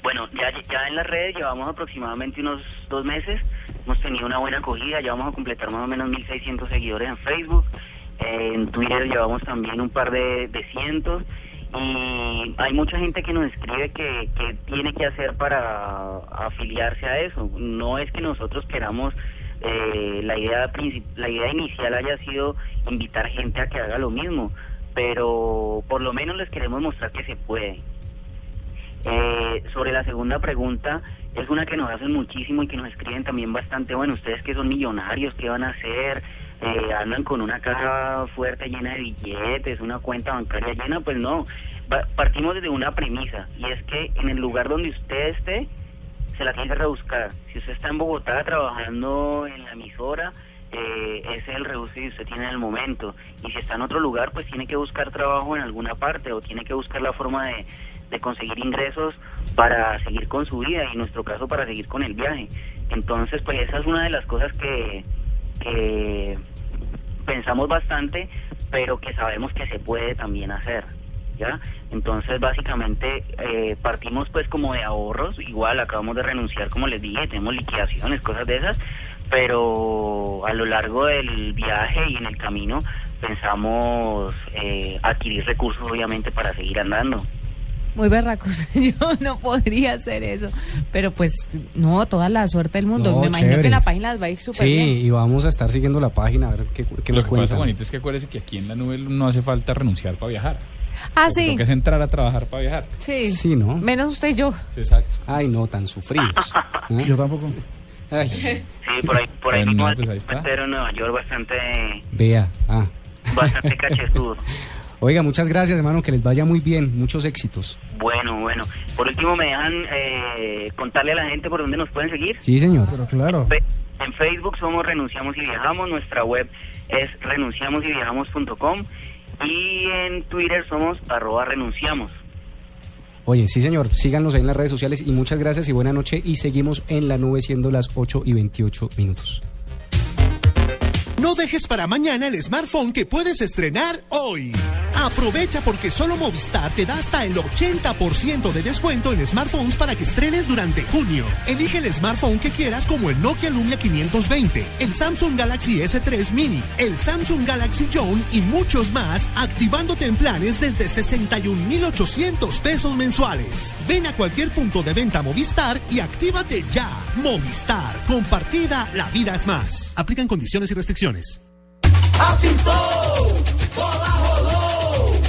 Speaker 22: Bueno, ya, ya en las redes llevamos aproximadamente unos dos meses, hemos tenido una buena acogida, ya vamos a completar más o menos 1.600 seguidores en Facebook, eh, en Twitter llevamos también un par de, de cientos y hay mucha gente que nos escribe que, que tiene que hacer para afiliarse a eso. No es que nosotros queramos, eh, la, idea princip- la idea inicial haya sido invitar gente a que haga lo mismo, pero por lo menos les queremos mostrar que se puede. Eh, sobre la segunda pregunta, es una que nos hacen muchísimo y que nos escriben también bastante, bueno, ustedes que son millonarios, ¿qué van a hacer? Eh, andan con una caja fuerte llena de billetes, una cuenta bancaria llena, pues no, Va- partimos desde una premisa y es que en el lugar donde usted esté, se la tiene que rebuscar. Si usted está en Bogotá trabajando en la emisora, eh, ese es el rebusque que usted tiene en el momento. Y si está en otro lugar, pues tiene que buscar trabajo en alguna parte o tiene que buscar la forma de, de conseguir ingresos para seguir con su vida y en nuestro caso para seguir con el viaje. Entonces, pues esa es una de las cosas que, que pensamos bastante, pero que sabemos que se puede también hacer. ¿Ya? Entonces básicamente eh, partimos pues como de ahorros, igual acabamos de renunciar como les dije, tenemos liquidaciones, cosas de esas, pero a lo largo del viaje y en el camino pensamos eh, adquirir recursos obviamente para seguir andando.
Speaker 12: Muy berracos. Yo no podría hacer eso. Pero pues, no, toda la suerte del mundo.
Speaker 3: No,
Speaker 12: Me imagino
Speaker 3: chévere.
Speaker 12: que la página les va a ir súper
Speaker 3: Sí,
Speaker 12: bien.
Speaker 3: y vamos a estar siguiendo la página a ver qué, qué
Speaker 4: Lo
Speaker 3: nos
Speaker 4: que pasa,
Speaker 3: cuentan.
Speaker 4: Juanita, es que acuérdese que aquí en la nube no hace falta renunciar para viajar.
Speaker 12: Ah,
Speaker 4: Lo
Speaker 12: sí.
Speaker 4: que es entrar a trabajar para viajar.
Speaker 12: Sí.
Speaker 3: Sí, ¿no?
Speaker 12: Menos usted y yo.
Speaker 4: Exacto.
Speaker 3: Ay, no, tan sufridos. Yo
Speaker 2: tampoco.
Speaker 22: Sí, por ahí, por ahí mismo pero en Nueva York bastante,
Speaker 3: Vea, ah.
Speaker 22: bastante cachetudo.
Speaker 3: Oiga, muchas gracias, hermano, que les vaya muy bien, muchos éxitos.
Speaker 22: Bueno, bueno. Por último, ¿me dejan eh, contarle a la gente por dónde nos pueden seguir?
Speaker 3: Sí, señor. Pero
Speaker 2: claro.
Speaker 22: Fe- En Facebook somos Renunciamos y Viajamos, nuestra web es renunciamosyviajamos.com y en Twitter somos arroba renunciamos.
Speaker 3: Oye, sí, señor, síganos ahí en las redes sociales y muchas gracias y buena noche. Y seguimos en la nube siendo las 8 y 28 minutos.
Speaker 23: No dejes para mañana el smartphone que puedes estrenar hoy. Aprovecha porque solo Movistar te da hasta el 80% de descuento en smartphones para que estrenes durante junio. Elige el smartphone que quieras como el Nokia Lumia 520, el Samsung Galaxy S3 Mini, el Samsung Galaxy Zone y muchos más activándote en planes desde 61.800 pesos mensuales. Ven a cualquier punto de venta Movistar y actívate ya. Movistar, compartida, la vida es más. Aplican condiciones y restricciones.
Speaker 9: Apitou, bola rolou,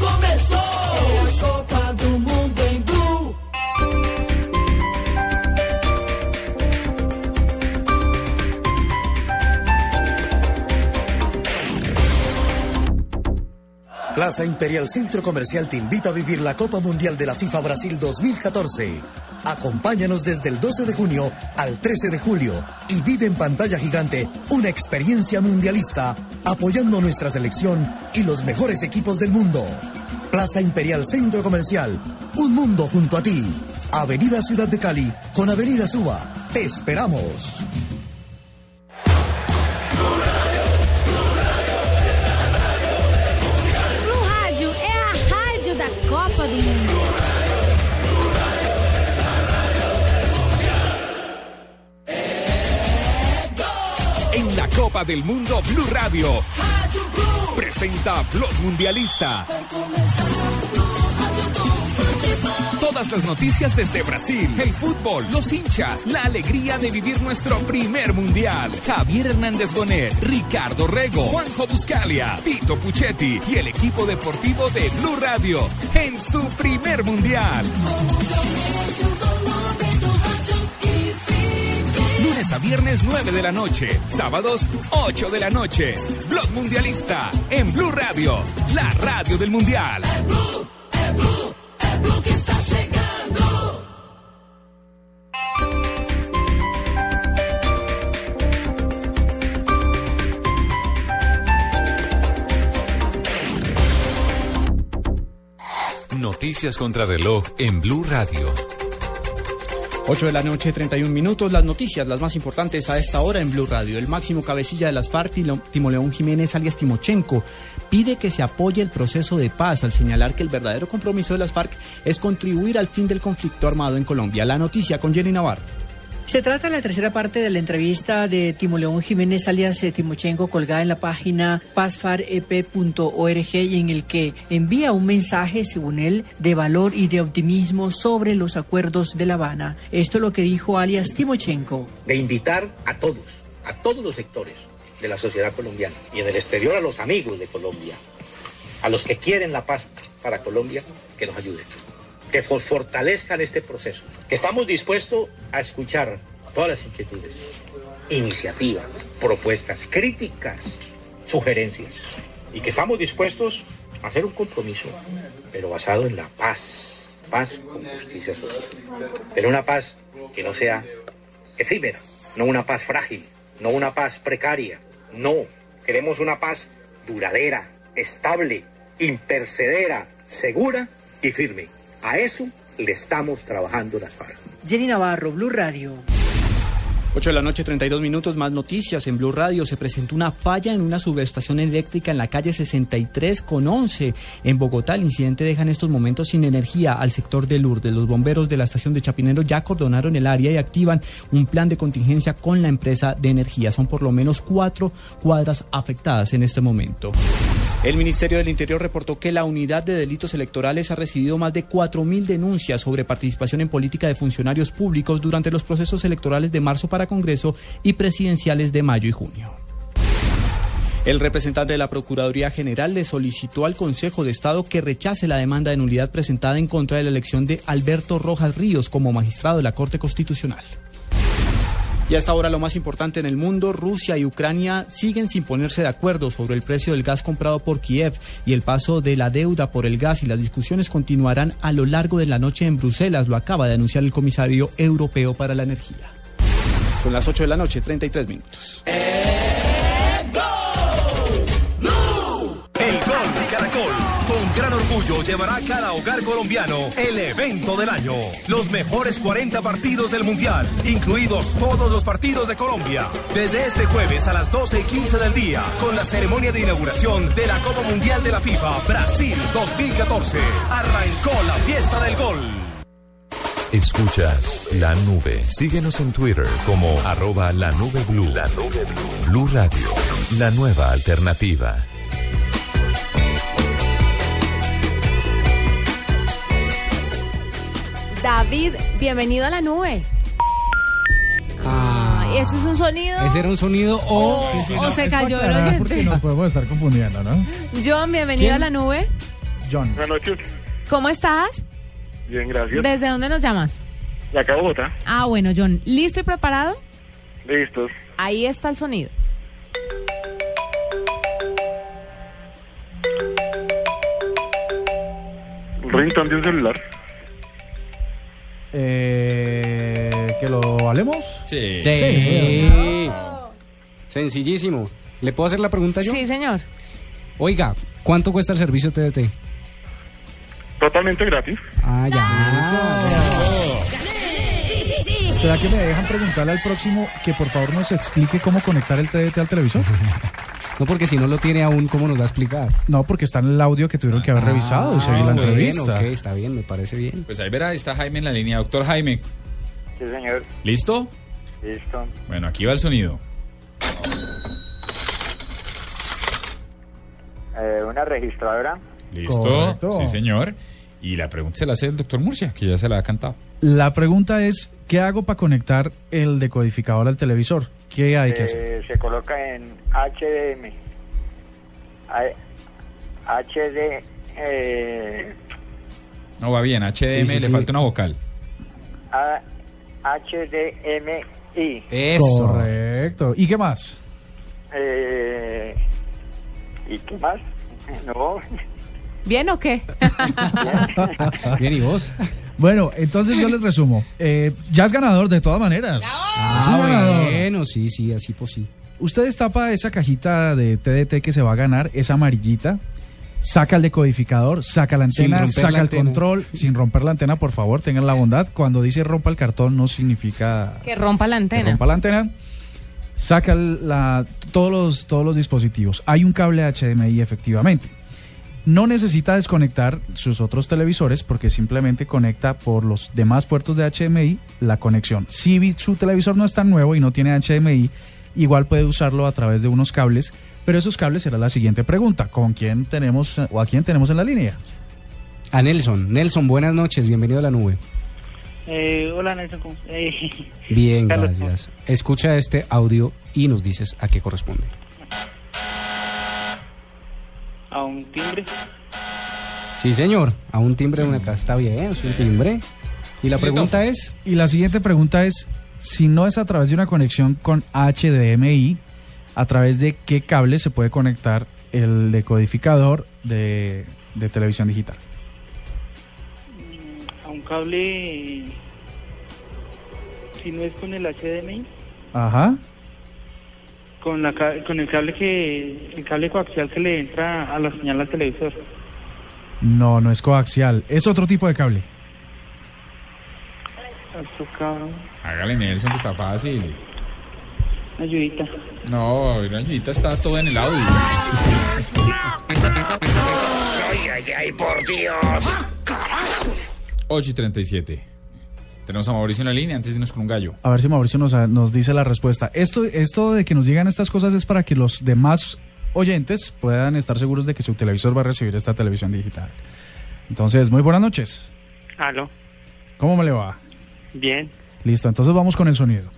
Speaker 9: começou. É a Copa do Mundo em Blue.
Speaker 24: Plaza Imperial Centro Comercial te invita a vivir la Copa Mundial de la FIFA Brasil 2014. Acompáñanos desde el 12 de junio al 13 de julio y vive en pantalla gigante una experiencia mundialista apoyando nuestra selección y los mejores equipos del mundo. Plaza Imperial Centro Comercial, un mundo junto a ti. Avenida Ciudad de Cali con Avenida Suba. Te esperamos.
Speaker 25: Blue Rádio é a rádio da Copa do Mundo.
Speaker 8: En la Copa del Mundo Blue Radio presenta Blog Mundialista. Todas las noticias desde Brasil, el fútbol, los hinchas, la alegría de vivir nuestro primer mundial. Javier Hernández Bonet, Ricardo Rego, Juanjo Buscalia, Tito Puchetti y el equipo deportivo de Blue Radio en su primer mundial. Lunes a viernes 9 de la noche, sábados 8 de la noche. Blog Mundialista en Blue Radio, la radio del mundial.
Speaker 9: Blue que está chegando.
Speaker 5: Noticias. Noticias contra reloj en Blue Radio.
Speaker 26: 8 de la noche, 31 minutos. Las noticias, las más importantes a esta hora en Blue Radio. El máximo cabecilla de las FARC, Tilo- Timoleón Jiménez alias Timochenko, pide que se apoye el proceso de paz al señalar que el verdadero compromiso de las FARC es contribuir al fin del conflicto armado en Colombia. La noticia con Jenny Navarro.
Speaker 27: Se trata de la tercera parte de la entrevista de Timoleón Jiménez alias eh, Timochenko colgada en la página pazfarep.org y en el que envía un mensaje, según él, de valor y de optimismo sobre los acuerdos de La Habana. Esto es lo que dijo alias Timochenko.
Speaker 28: de invitar a todos, a todos los sectores de la sociedad colombiana y en el exterior a los amigos de Colombia, a los que quieren la paz para Colombia, que nos ayuden, que for- fortalezcan este proceso, que estamos dispuestos a escuchar todas las inquietudes, iniciativas, propuestas, críticas, sugerencias y que estamos dispuestos a hacer un compromiso, pero basado en la paz, paz con justicia social, pero una paz que no sea efímera, no una paz frágil, no una paz precaria, no. Queremos una paz duradera, estable, impercedera, segura y firme. A eso le estamos trabajando las FARC.
Speaker 27: Jenny Navarro, Blue Radio.
Speaker 26: 8 de la noche, 32 minutos, más noticias. En Blue Radio se presentó una falla en una subestación eléctrica en la calle 63 con 11 en Bogotá. El incidente deja en estos momentos sin energía al sector de Lourdes. Los bomberos de la estación de Chapinero ya acordonaron el área y activan un plan de contingencia con la empresa de energía. Son por lo menos cuatro cuadras afectadas en este momento. El Ministerio del Interior reportó que la unidad de delitos electorales ha recibido más de 4.000 denuncias sobre participación en política de funcionarios públicos durante los procesos electorales de marzo para Congreso y presidenciales de mayo y junio. El representante de la Procuraduría General le solicitó al Consejo de Estado que rechace la demanda de nulidad presentada en contra de la elección de Alberto Rojas Ríos como magistrado de la Corte Constitucional. Y hasta ahora lo más importante en el mundo, Rusia y Ucrania siguen sin ponerse de acuerdo sobre el precio del gas comprado por Kiev y el paso de la deuda por el gas y las discusiones continuarán a lo largo de la noche en Bruselas, lo acaba de anunciar el comisario europeo para la energía. Son las 8 de la noche, 33 minutos.
Speaker 15: El gol de Caracol, con gran orgullo, llevará a cada hogar colombiano el evento del año. Los mejores 40 partidos del Mundial, incluidos todos los partidos de Colombia. Desde este jueves a las 12 y 15 del día, con la ceremonia de inauguración de la Copa Mundial de la FIFA Brasil 2014. Arrancó la fiesta del gol.
Speaker 5: Escuchas la nube. Síguenos en Twitter como arroba la nube blue. La nube blue. Blue Radio, la nueva alternativa.
Speaker 1: David, bienvenido a la nube. Ay, ¿Eso es un sonido?
Speaker 3: Ese era un sonido o...
Speaker 1: Sí, sí, Oh, o no, se es para cayó el aclarar oyente. porque
Speaker 2: nos podemos estar confundiendo, ¿no?
Speaker 1: John, bienvenido
Speaker 2: ¿Quién?
Speaker 1: a la nube.
Speaker 2: John.
Speaker 13: Buenas noches.
Speaker 1: ¿Cómo estás?
Speaker 13: Bien, gracias.
Speaker 1: ¿Desde dónde nos llamas?
Speaker 13: La cabota.
Speaker 1: Ah, bueno, John, ¿listo y preparado?
Speaker 13: Listos.
Speaker 1: Ahí está el sonido.
Speaker 13: Rington de un celular.
Speaker 2: Eh, ¿Que lo valemos?
Speaker 3: Sí.
Speaker 2: Sí.
Speaker 3: Sencillísimo. ¿Le puedo hacer la pregunta yo?
Speaker 1: Sí, señor.
Speaker 3: Oiga, ¿cuánto cuesta el servicio TDT?
Speaker 13: Totalmente gratis.
Speaker 3: Ah,
Speaker 2: ¿Será que me dejan preguntarle al próximo que por favor nos explique cómo conectar el TDT al televisor?
Speaker 3: No, porque si no lo tiene aún, ¿cómo nos va a explicar?
Speaker 2: No, porque está en el audio que tuvieron que haber revisado y
Speaker 3: Ah,
Speaker 2: seguir la
Speaker 3: está bien,
Speaker 2: entrevista.
Speaker 3: ok, está bien, me parece bien.
Speaker 4: Pues ahí verá, está Jaime en la línea. Doctor Jaime,
Speaker 13: Sí, señor.
Speaker 4: ¿listo?
Speaker 13: Listo.
Speaker 4: Bueno, aquí va el sonido.
Speaker 28: Eh, una registradora.
Speaker 4: ¿Listo?
Speaker 2: Correcto.
Speaker 4: Sí, señor. Y la pregunta se la hace el doctor Murcia, que ya se la ha cantado.
Speaker 2: La pregunta es, ¿qué hago para conectar el decodificador al televisor? ¿Qué hay que
Speaker 28: Eh,
Speaker 2: hacer?
Speaker 28: Se coloca en HDM. Ay, HD. eh,
Speaker 4: No, va bien. HDM,
Speaker 3: Sí, sí,
Speaker 4: le
Speaker 3: sí.
Speaker 4: falta una vocal.
Speaker 28: A- HDMI.
Speaker 3: Eso.
Speaker 2: Correcto. ¿Y qué más?
Speaker 28: Eh, ¿Y qué más? No.
Speaker 1: ¿Bien o qué?
Speaker 3: Bien, ¿y vos?
Speaker 2: Bueno, entonces yo les resumo. Eh, ya es ganador de todas maneras. Es un
Speaker 3: Ah,
Speaker 2: ganador.
Speaker 3: bueno, sí, sí, así por sí.
Speaker 2: Usted destapa esa cajita de TDT que se va a ganar, esa amarillita, saca el decodificador, saca la
Speaker 3: Sin
Speaker 2: antena,
Speaker 3: romper
Speaker 2: saca
Speaker 3: la
Speaker 2: el
Speaker 3: antena.
Speaker 2: control, sin romper la antena, por favor, tengan la bondad. Cuando dice rompa el cartón no significa
Speaker 1: Que rompa la
Speaker 2: que
Speaker 1: antena.
Speaker 2: rompa la antena. Saca el- la- todos, los, todos los dispositivos. Hay un cable HDMI efectivamente. No necesita desconectar sus otros televisores porque simplemente conecta por los demás puertos de HDMI la conexión. Si vi- su televisor no es tan nuevo y no tiene HDMI, igual puede usarlo a través de unos cables, pero esos cables será la siguiente pregunta, ¿con quién tenemos eh, o a quién tenemos en la línea?
Speaker 3: A Nelson. Nelson, buenas noches, bienvenido a la nube.
Speaker 13: Eh, hola Nelson, ¿cómo- eh,
Speaker 3: Bien,
Speaker 13: Carlos,
Speaker 3: gracias. Escucha este audio y nos dices a qué corresponde.
Speaker 13: a un timbre.
Speaker 3: Sí, señor, a un timbre de una casa está bien, es un timbre. Y la pregunta es,
Speaker 2: Y la siguiente pregunta es, si no es a través de una conexión con HDMI, ¿a través de qué cable se puede conectar el decodificador de, de televisión digital?
Speaker 13: A un cable. eh, Si no es con el HDMI,
Speaker 2: Ajá.
Speaker 13: con, la, ca- con el cable que el cable coaxial que le entra a la señal al televisor.
Speaker 2: No, no es coaxial, es otro tipo de cable.
Speaker 13: Esto, cabrón.
Speaker 4: Hágale, Nelson, que está fácil.
Speaker 13: Ayudita.
Speaker 4: No, una ayudita está todo en el audio.
Speaker 9: Ay, ay, ay, por Dios.
Speaker 4: 8 y 37. Tenemos a Mauricio en la línea antes de irnos con un gallo.
Speaker 2: A ver si Mauricio nos, nos dice la respuesta. Esto, esto de que nos digan estas cosas es para que los demás oyentes puedan estar seguros de que su televisor va a recibir esta televisión digital. Entonces, muy buenas noches.
Speaker 13: Aló,
Speaker 2: ¿Cómo me le va?
Speaker 13: bien.
Speaker 2: Listo, entonces vamos con el sonido.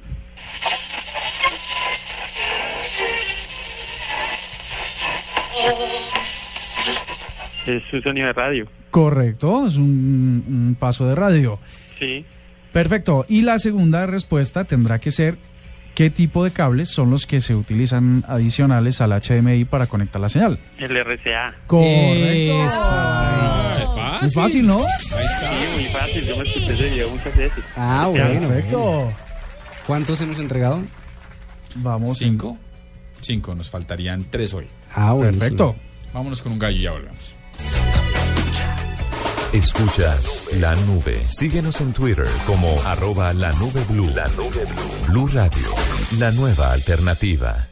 Speaker 13: Es un sonido de radio.
Speaker 2: Correcto, es un, un paso de radio.
Speaker 13: Sí.
Speaker 2: Perfecto. Y la segunda respuesta tendrá que ser qué tipo de cables son los que se utilizan adicionales al HDMI para conectar la señal.
Speaker 13: El RCA.
Speaker 2: Correcto. Es fácil, ¿no?
Speaker 13: Sí, muy fácil. Yo me escuché ese video muchas veces.
Speaker 3: Ah,
Speaker 13: Ya.
Speaker 3: bueno.
Speaker 2: Perfecto.
Speaker 3: ¿Cuántos hemos entregado?
Speaker 2: Vamos.
Speaker 4: Cinco. Cinco, nos faltarían tres hoy.
Speaker 3: Ah, buenísimo.
Speaker 4: Perfecto. Vámonos con un gallo y ya volvemos.
Speaker 5: Escuchas la nube. Síguenos en Twitter como arroba la nube blue. La nube blue. Blue Radio, la nueva alternativa.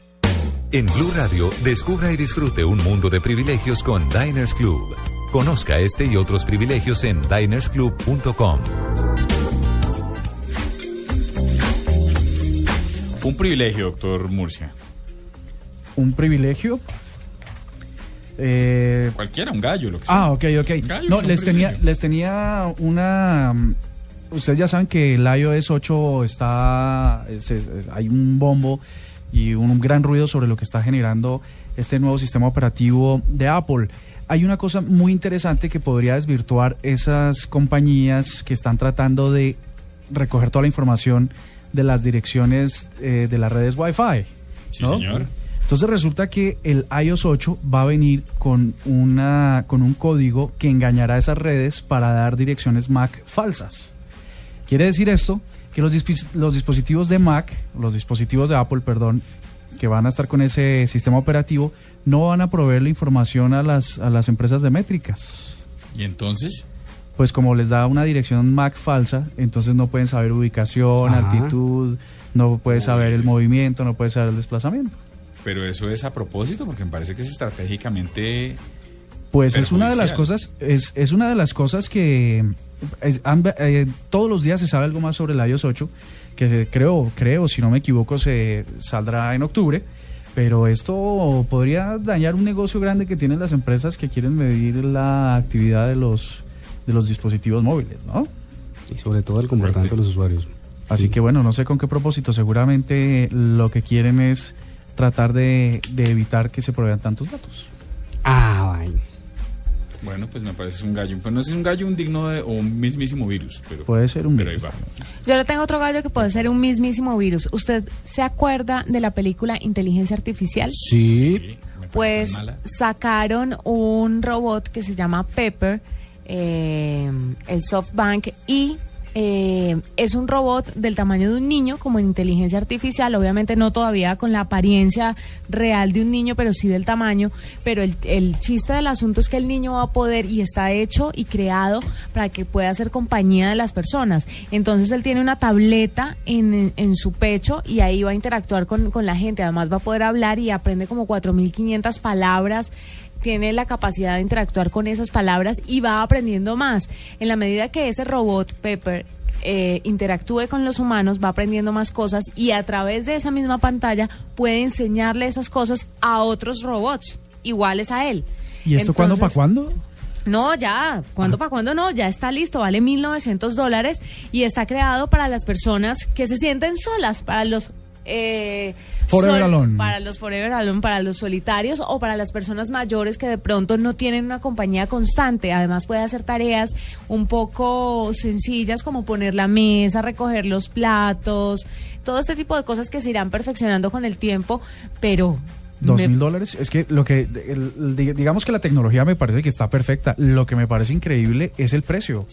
Speaker 5: En Blue Radio, descubra y disfrute un mundo de privilegios con Diners Club. Conozca este y otros privilegios en dinersclub.com.
Speaker 4: Un privilegio, doctor Murcia.
Speaker 2: Un privilegio. Eh,
Speaker 4: Cualquiera, un gallo, lo que sea.
Speaker 2: Ah, ok, ok.
Speaker 4: Gallos
Speaker 2: No,
Speaker 4: son
Speaker 2: les tenía,
Speaker 4: privilegio.
Speaker 2: les tenía una... mm, Ustedes ya saben que el iOS 8 está... es- es- es- hay un bombo y un, gran ruido sobre lo que está generando este nuevo sistema operativo de Apple. Hay una cosa muy interesante que podría desvirtuar esas compañías que están tratando de recoger toda la información de las direcciones eh, de las redes Wi-Fi.
Speaker 4: Sí,
Speaker 2: ¿no?
Speaker 4: señor.
Speaker 2: Entonces resulta que el iOS 8 va a venir con, una, con un código que engañará a esas redes para dar direcciones Mac falsas. Quiere decir esto que los, dispis- los dispositivos de Mac, los dispositivos de Apple, perdón, que van a estar con ese sistema operativo, no van a proveer la información a las, a las empresas de métricas.
Speaker 4: Y entonces,
Speaker 2: Pues como les da una dirección Mac falsa, entonces no pueden saber ubicación,
Speaker 4: Ajá.
Speaker 2: altitud, no pueden saber el movimiento, no pueden saber el desplazamiento.
Speaker 4: pero eso es a propósito porque me parece que es estratégicamente
Speaker 2: Pues es una de las
Speaker 4: perjudicial.
Speaker 2: cosas, es, es una de las cosas que es- han- eh, todos los días se sabe algo más sobre el iOS 8, que se- creo, creo, si no me equivoco, se saldrá en octubre. Pero esto podría dañar un negocio grande que tienen las empresas que quieren medir la actividad de los, de los dispositivos móviles, ¿no?
Speaker 3: Y sobre todo el comportamiento de los usuarios.
Speaker 2: Así que bueno, no sé con qué propósito. Seguramente lo que quieren es tratar de, de evitar que se provean tantos datos.
Speaker 3: Ah, vaina.
Speaker 4: Bueno, pues me parece un gallo. Pues no sé si es un gallo un digno de, o un mismísimo virus, pero.
Speaker 2: Puede ser un
Speaker 4: Pero ahí va.
Speaker 12: Yo le tengo otro gallo que puede ser un mismísimo virus. ¿Usted se acuerda de la película Inteligencia Artificial?
Speaker 3: Sí.
Speaker 12: Pues sacaron un robot que se llama Pepper, eh, el SoftBank, y
Speaker 1: eh, es un robot del tamaño de un niño, como en inteligencia artificial, obviamente no todavía con la apariencia real de un niño, pero sí del tamaño. Pero el, el chiste del asunto es que el niño va a poder y está hecho y creado para que pueda ser compañía de las personas. Entonces él tiene una tableta en, en su pecho y ahí va a interactuar con, con la gente. Además va a poder hablar y aprende como 4.500 palabras tiene la capacidad de interactuar con esas palabras y va aprendiendo más. En la medida que ese robot, Pepper, eh, interactúe con los humanos, va aprendiendo más cosas y a través de esa misma pantalla puede enseñarle esas cosas a otros robots iguales a él.
Speaker 2: ¿Y esto cuándo para
Speaker 1: Entonces-
Speaker 2: cuándo?
Speaker 1: no, ya, ¿cuándo para cuándo no? Ya está listo, vale 1.900 dólares y está creado para las personas que se sienten solas, para los... eh,
Speaker 2: Forever alone.
Speaker 1: Para los Forever Alone, para los solitarios o para las personas mayores que de pronto no tienen una compañía constante. Además puede hacer tareas un poco sencillas como poner la mesa, recoger los platos, todo este tipo de cosas que se irán perfeccionando con el tiempo, pero...
Speaker 2: ¿Dos
Speaker 1: me-
Speaker 2: mil dólares? Es que lo que. el- el- dig- digamos que la tecnología me parece que está perfecta. Lo que me parece increíble es el precio.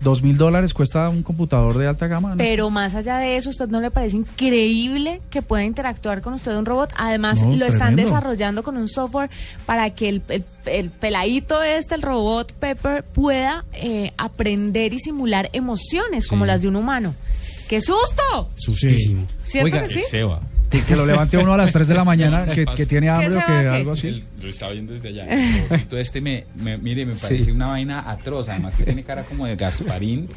Speaker 2: Dos mil dólares cuesta un computador de alta gama. ¿no?
Speaker 1: Pero más allá de eso, ¿usted no le parece increíble que pueda interactuar con usted un robot? Además,
Speaker 2: No,
Speaker 1: lo están
Speaker 2: tremendo.
Speaker 1: desarrollando con un software para que el, el- el peladito este, el robot Pepper, pueda eh, aprender y simular emociones como las de un humano. ¡Qué susto!
Speaker 3: Sustísimo.
Speaker 1: ¿Cierto que sí?
Speaker 2: Que, que lo levante uno a las 3 de la mañana, que, que tiene hambre o
Speaker 1: se
Speaker 2: que
Speaker 1: va, qué?
Speaker 2: algo así.
Speaker 4: El- lo estaba viendo desde allá. Todo este me, me- mire, me parece una vaina atroz. Además que tiene cara como de Gasparín.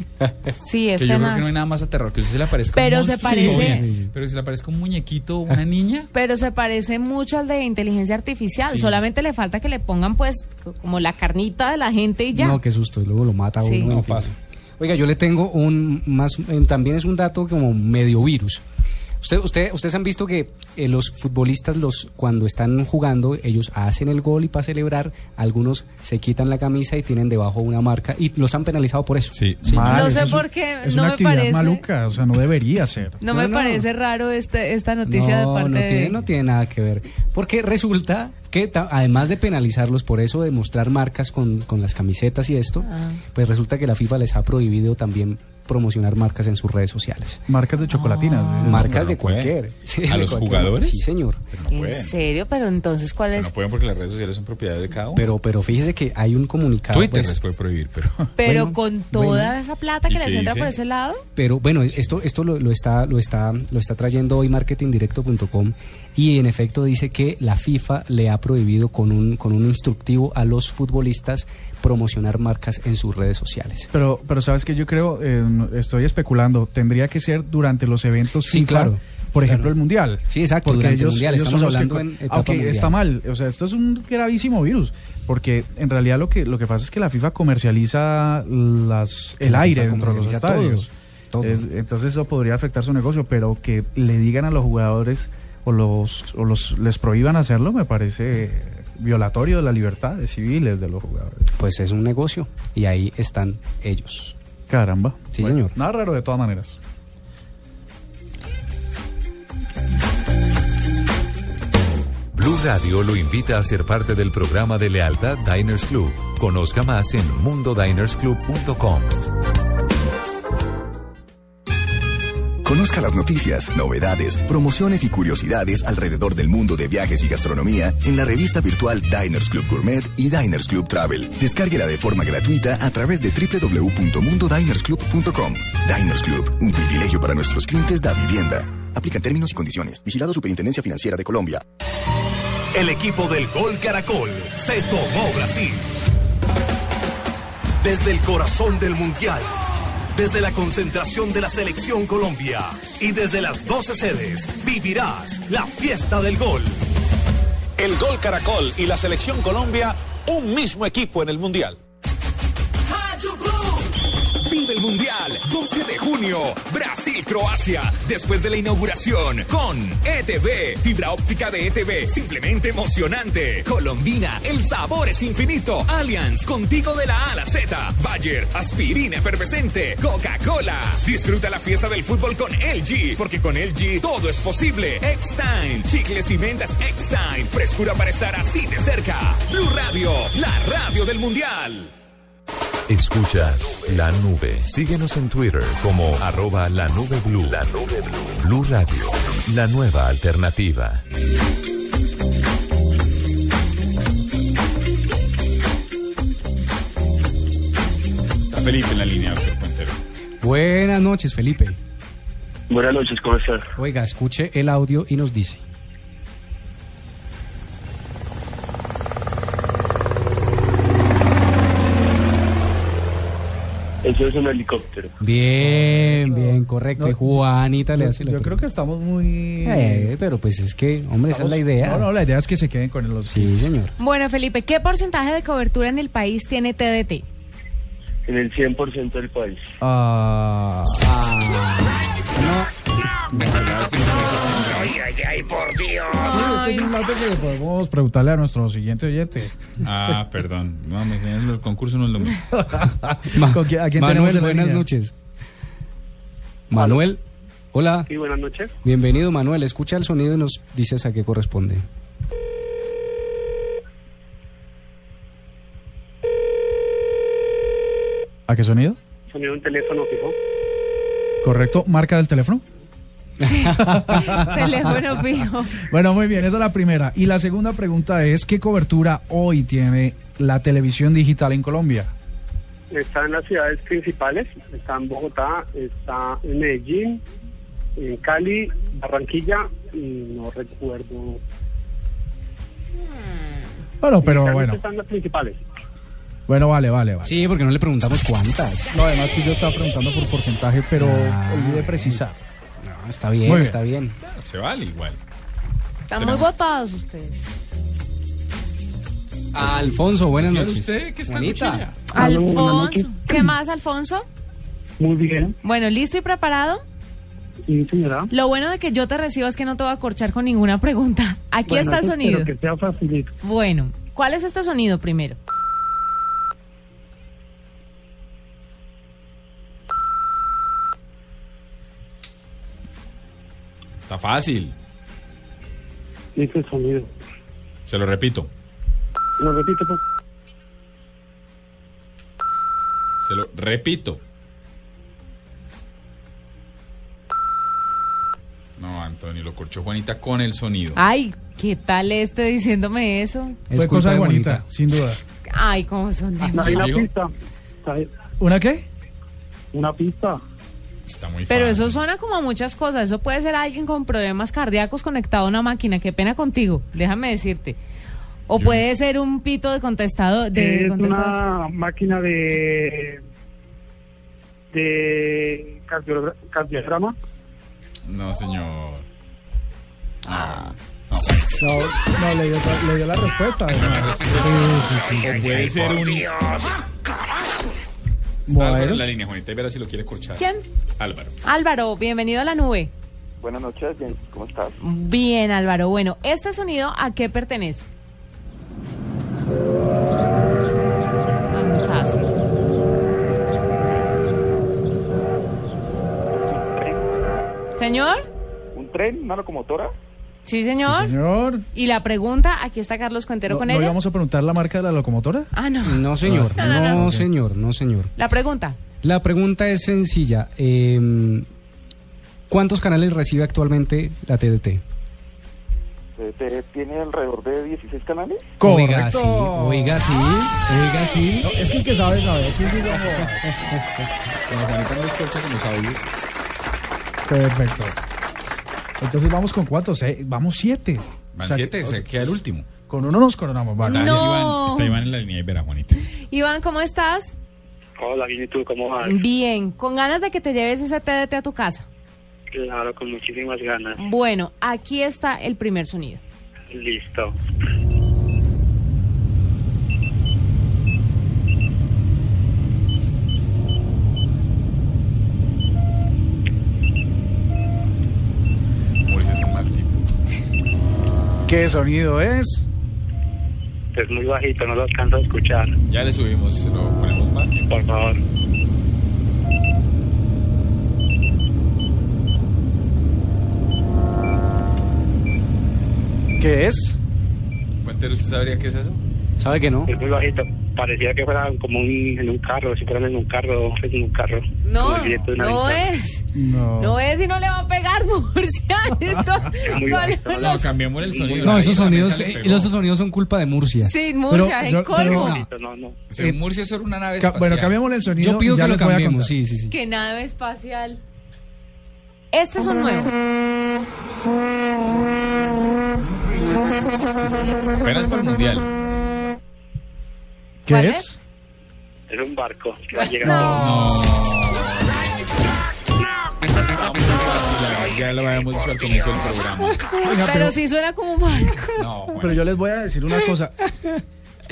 Speaker 1: Sí,
Speaker 4: que
Speaker 1: este
Speaker 4: yo creo
Speaker 1: más.
Speaker 4: que no hay nada más aterrador que usted se le aparezca un
Speaker 1: Pero se
Speaker 4: monstruo, una
Speaker 1: parece-
Speaker 4: uña. Pero se le aparezca un muñequito, una niña.
Speaker 1: Pero se parece mucho al de inteligencia artificial.
Speaker 4: Sí.
Speaker 1: Solamente le falta que le pongan, pues, co- como la carnita de la gente y ya.
Speaker 3: No, qué susto. Y luego lo mata
Speaker 1: Sí.
Speaker 3: uno.
Speaker 1: No,
Speaker 3: en fin. Oiga, yo le tengo un más. eh, también es un dato como medio virus. Usted, usted, ustedes han visto que eh, los futbolistas, los cuando están jugando, ellos hacen el gol y para celebrar, algunos se quitan la camisa y tienen debajo una marca y los han penalizado por eso.
Speaker 4: Sí,
Speaker 2: Mal,
Speaker 1: No sé
Speaker 2: eso es un-
Speaker 1: por qué,
Speaker 2: Es
Speaker 1: no
Speaker 2: una
Speaker 1: me
Speaker 2: actividad
Speaker 1: parece.
Speaker 2: maluca, o sea, no debería ser.
Speaker 1: No, me
Speaker 3: no.
Speaker 1: parece raro este, esta noticia de parte
Speaker 3: no
Speaker 1: de...
Speaker 3: tiene, no tiene nada que ver. Porque resulta que ta- además de penalizarlos por eso, de mostrar marcas con, con las camisetas y esto,
Speaker 1: Ah.
Speaker 3: pues resulta que la FIFA les ha prohibido también promocionar marcas en sus redes sociales.
Speaker 2: Marcas de chocolatinas.
Speaker 3: Ah. Marcas de cualquier. Sí,
Speaker 4: ¿A
Speaker 3: de
Speaker 4: los
Speaker 3: cualquier-
Speaker 4: jugadores?
Speaker 3: Sí, señor.
Speaker 1: ¿En serio? Pero entonces, ¿cuál es?
Speaker 4: No pueden porque las redes sociales son propiedad de cada uno.
Speaker 3: Pero, pero fíjese que hay un comunicado.
Speaker 4: Twitter
Speaker 3: pues,
Speaker 4: les puede prohibir, pero...
Speaker 1: Pero
Speaker 3: Bueno,
Speaker 1: con toda
Speaker 3: bueno.
Speaker 1: esa plata
Speaker 3: ¿Y
Speaker 1: que les
Speaker 3: qué
Speaker 1: entra por
Speaker 3: dice?
Speaker 1: ese lado,
Speaker 3: Pero bueno, esto, esto lo, lo está, lo, está, lo está trayendo hoy marketingdirecto.com y en efecto dice que la FIFA le ha prohibido con un, con un instructivo a los futbolistas promocionar marcas en sus redes sociales.
Speaker 2: Pero, pero sabes que yo creo, eh, no- estoy especulando, tendría que ser durante los eventos
Speaker 3: Sí,
Speaker 2: FIFA,
Speaker 3: claro.
Speaker 2: Por ejemplo, el mundial.
Speaker 3: Sí, exacto,
Speaker 2: Porque
Speaker 3: durante el
Speaker 2: ellos,
Speaker 3: Mundial,
Speaker 2: ellos
Speaker 3: estamos
Speaker 2: son los
Speaker 3: hablando
Speaker 2: que-
Speaker 3: en etapa
Speaker 2: Aunque está mal, o sea, esto es un gravísimo virus, porque en realidad lo que lo que pasa es que la FIFA comercializa las el
Speaker 3: La
Speaker 2: aire
Speaker 3: FIFA
Speaker 2: dentro de los
Speaker 3: comercializa
Speaker 2: estadios.
Speaker 3: todo, todo.
Speaker 2: Es- entonces eso podría afectar su negocio, pero que le digan a los jugadores o los o los les prohíban hacerlo me parece violatorio de las libertades civiles de los jugadores.
Speaker 3: Pues es un negocio y ahí están ellos.
Speaker 2: Caramba.
Speaker 3: Sí,
Speaker 2: Bueno,
Speaker 3: señor.
Speaker 2: Nada raro de todas maneras.
Speaker 5: Blue Radio lo invita a ser parte del programa de lealtad Diners Club. Conozca más en mundodinersclub.com.
Speaker 16: Conozca las noticias, novedades, promociones y curiosidades alrededor del mundo de viajes y gastronomía en la revista virtual Diners Club Gourmet y Diners Club Travel. Descárguela de forma gratuita a través de www.mundodinersclub.com. Diners Club, un privilegio para nuestros clientes da vivienda. Aplica términos y condiciones. Vigilado Superintendencia Financiera de Colombia.
Speaker 15: El equipo del Gol Caracol se tomó Brasil. Desde el corazón del Mundial, desde la concentración de la selección Colombia y desde las 12 sedes vivirás la fiesta del gol.
Speaker 18: El Gol Caracol y la Selección Colombia, un mismo equipo en el Mundial.
Speaker 15: Rádio Blue.
Speaker 8: Vive el Mundial, 12 de junio, Brasil-Croacia, después de la inauguración con ETV, fibra óptica de ETV, simplemente emocionante. Colombina, el sabor es infinito. Allianz, contigo de la A a la Z. Bayer, aspirina efervescente, Coca-Cola. Disfruta la fiesta del fútbol con LG, porque con LG todo es posible. X-Time, chicles y ventas X-Time, frescura para estar así de cerca. Blue Radio, la radio del Mundial.
Speaker 5: Escuchas la nube. Síguenos en Twitter como arroba la nube blue. La nube blue. Blue Radio, la nueva alternativa.
Speaker 4: Está Felipe en la línea, doctor Cuentero.
Speaker 3: Buenas noches, Felipe.
Speaker 14: Buenas noches, ¿cómo estás?
Speaker 3: Oiga, escuche el audio y nos dice.
Speaker 14: Eso es un helicóptero.
Speaker 3: Bien, bien, correcto. Y Juanita le hace la
Speaker 2: Yo creo que estamos muy...
Speaker 3: Eh, pero pues es que, hombre, esa es la idea.
Speaker 2: No, no, la idea es que se queden con los...
Speaker 3: Sí, señor.
Speaker 1: Bueno, Felipe, ¿qué porcentaje de cobertura en el país tiene TDT?
Speaker 14: En el 100% del país.
Speaker 3: Ah,
Speaker 9: Ay, ay, ay, por Dios.
Speaker 2: Bueno, este es un audio que podemos preguntarle a nuestro siguiente oyente.
Speaker 4: Ah, perdón. No, me en el concurso no es lo mismo.
Speaker 2: ¿Con quién- a quién
Speaker 3: Manuel,
Speaker 2: tenemos en la
Speaker 3: buenas
Speaker 2: línea?
Speaker 3: noches. Manuel, hola.
Speaker 14: Sí, buenas noches.
Speaker 3: Bienvenido, Manuel. Escucha el sonido y nos dices a qué corresponde.
Speaker 2: ¿A qué sonido?
Speaker 14: Sonido de un teléfono fijo.
Speaker 2: ¿Correcto? ¿Marca del teléfono?
Speaker 12: Teléfono fijo.
Speaker 2: Bueno, muy bien, esa es la primera. Y la segunda pregunta es, ¿qué cobertura hoy tiene la televisión digital en Colombia?
Speaker 14: Está en las ciudades principales. Está en Bogotá, está en Medellín, en Cali, Barranquilla y no recuerdo.
Speaker 2: Bueno, pero
Speaker 14: Están-
Speaker 2: bueno,
Speaker 14: Están las principales.
Speaker 2: bueno, vale, vale, vale.
Speaker 3: Sí, porque no le preguntamos cuántas.
Speaker 2: No, además que yo estaba preguntando por porcentaje, pero olvidé precisar.
Speaker 3: No, Ah, está bien,
Speaker 2: Muy bien.
Speaker 3: está bien.
Speaker 4: Se vale igual.
Speaker 1: Están muy votados ustedes.
Speaker 3: Alfonso, buenas
Speaker 4: ¿Hicieron
Speaker 3: noches.
Speaker 4: usted que está cuchilla?
Speaker 14: Aló, buenas
Speaker 1: Alfonso, ¿qué más, Alfonso?
Speaker 14: Muy bien.
Speaker 1: Bueno, ¿listo y preparado?
Speaker 14: Sí, señora.
Speaker 1: Lo bueno de que yo te recibo es que no te voy a corchar con ninguna pregunta. Aquí
Speaker 14: Bueno,
Speaker 1: está el
Speaker 14: eso espero
Speaker 1: sonido.
Speaker 14: Que sea facilito.
Speaker 1: Bueno, ¿cuál es este sonido primero?
Speaker 4: Está fácil.
Speaker 14: Listo el sonido.
Speaker 4: Se lo repito.
Speaker 14: Lo repito, por
Speaker 4: Se lo repito. No, Antonio, lo corchó Juanita con el sonido.
Speaker 1: Ay, ¿qué tal este diciéndome eso?
Speaker 4: Es
Speaker 14: Pues-
Speaker 2: Fue
Speaker 4: culpa
Speaker 2: cosa de
Speaker 4: de
Speaker 2: Juanita, sin duda.
Speaker 1: Ay, cómo son de...
Speaker 14: Hay una
Speaker 1: malos.
Speaker 14: pista. ¿Sabe?
Speaker 2: ¿Una qué?
Speaker 14: Una pista.
Speaker 4: Está muy
Speaker 1: Pero eso suena como a muchas cosas. Eso puede ser alguien con problemas cardíacos conectado a una máquina. Qué pena contigo, déjame decirte. O puede ser un pito de contestado. De
Speaker 14: es
Speaker 1: contestador.
Speaker 14: una máquina de de cardiogra- cardiograma.
Speaker 4: No, señor. Ah.
Speaker 2: No, no le, dio, le dio la respuesta. además.
Speaker 4: O puede ser un. Está Álvaro en la línea, Juanita, y verá si lo quiere corchar.
Speaker 1: ¿Quién?
Speaker 4: Álvaro.
Speaker 1: Álvaro, bienvenido a la nube.
Speaker 19: Buenas noches, bien, ¿cómo estás?
Speaker 1: Bien, Álvaro. Bueno, ¿este sonido a qué pertenece? Ah, muy fácil. ¿Señor?
Speaker 19: ¿Un tren, una locomotora?
Speaker 1: ¿Sí, señor?
Speaker 2: Sí, señor.
Speaker 1: Y la pregunta, aquí está Carlos Cuentero
Speaker 2: ¿No,
Speaker 1: con
Speaker 2: no
Speaker 1: ella.
Speaker 2: íbamos a preguntar la marca de la locomotora?
Speaker 1: Ah, no.
Speaker 3: No, señor.
Speaker 1: No, no,
Speaker 3: No,
Speaker 1: no.
Speaker 3: señor, no, señor.
Speaker 1: La pregunta.
Speaker 3: La pregunta es sencilla. eh, ¿Cuántos canales recibe actualmente la TDT?
Speaker 19: Eh, te- ¿Tiene alrededor de 16 canales?
Speaker 3: Oiga, sí, oiga, sí, oiga, sí.
Speaker 2: es que el que sabe, sabe.
Speaker 4: Cuando Juanita no los corcha con los audios.
Speaker 2: Perfecto. Entonces vamos con cuántos, eh? vamos siete.
Speaker 4: Van
Speaker 2: O sea,
Speaker 4: siete,
Speaker 2: que- o
Speaker 4: se
Speaker 2: sea,
Speaker 4: queda el último.
Speaker 2: con uno nos coronamos, vale.
Speaker 4: Está,
Speaker 1: No.
Speaker 4: Iván, está Iván en la línea y verá, Juanita.
Speaker 1: Iván, ¿cómo estás?
Speaker 19: Hola, bien, ¿y tú cómo vas?
Speaker 1: Mm. Bien, con ganas de que te lleves ese TDT a tu casa.
Speaker 19: Claro, con muchísimas ganas.
Speaker 1: Bueno, aquí está el primer sonido.
Speaker 19: Listo.
Speaker 4: Mauricio es un mal tipo.
Speaker 2: ¿Qué sonido es?
Speaker 19: Es muy bajito, no lo alcanzo a escuchar.
Speaker 4: Ya le subimos, se lo ponemos más tiempo.
Speaker 19: Por favor.
Speaker 2: ¿Qué es?
Speaker 4: Cuéntelo, ¿usted sabría qué es eso?
Speaker 3: ¿Sabe que no?
Speaker 13: Es muy bajito. Parecía que fuera como un, en un carro, si fueran en un carro, en un carro.
Speaker 1: No,
Speaker 13: Como el grito de una
Speaker 1: no
Speaker 13: ventana.
Speaker 1: es. No es y no le va a pegar, Murcia. Esto
Speaker 3: Ah,
Speaker 13: muy
Speaker 1: solo
Speaker 13: bajito,
Speaker 1: los-
Speaker 4: cambiamos el sonido.
Speaker 3: No,
Speaker 4: Ahí
Speaker 3: esos
Speaker 4: también
Speaker 3: sonidos,
Speaker 4: sale
Speaker 3: eh,
Speaker 4: pegado.
Speaker 3: esos sonidos son culpa de Murcia.
Speaker 1: Sí, Murcia, es el colmo.
Speaker 4: Si en Murcia es solo una nave
Speaker 3: Ca-
Speaker 4: espacial.
Speaker 3: bueno, cambiémosle el sonido Eh, Yo pido y ya que lo les voy a cambiemos, contar. sí, sí, sí.
Speaker 1: Que nave espacial. Este es un nuevo.
Speaker 4: Apenas para el mundial.
Speaker 2: ¿Qué
Speaker 13: ¿Cuál
Speaker 2: es?
Speaker 13: Era un barco que va llegando.
Speaker 4: No. Ya lo habíamos dicho al comienzo del programa.
Speaker 2: Oiga,
Speaker 1: pero,
Speaker 2: pero-
Speaker 1: sí suena como un barco.
Speaker 2: Pero yo les voy a decir una cosa.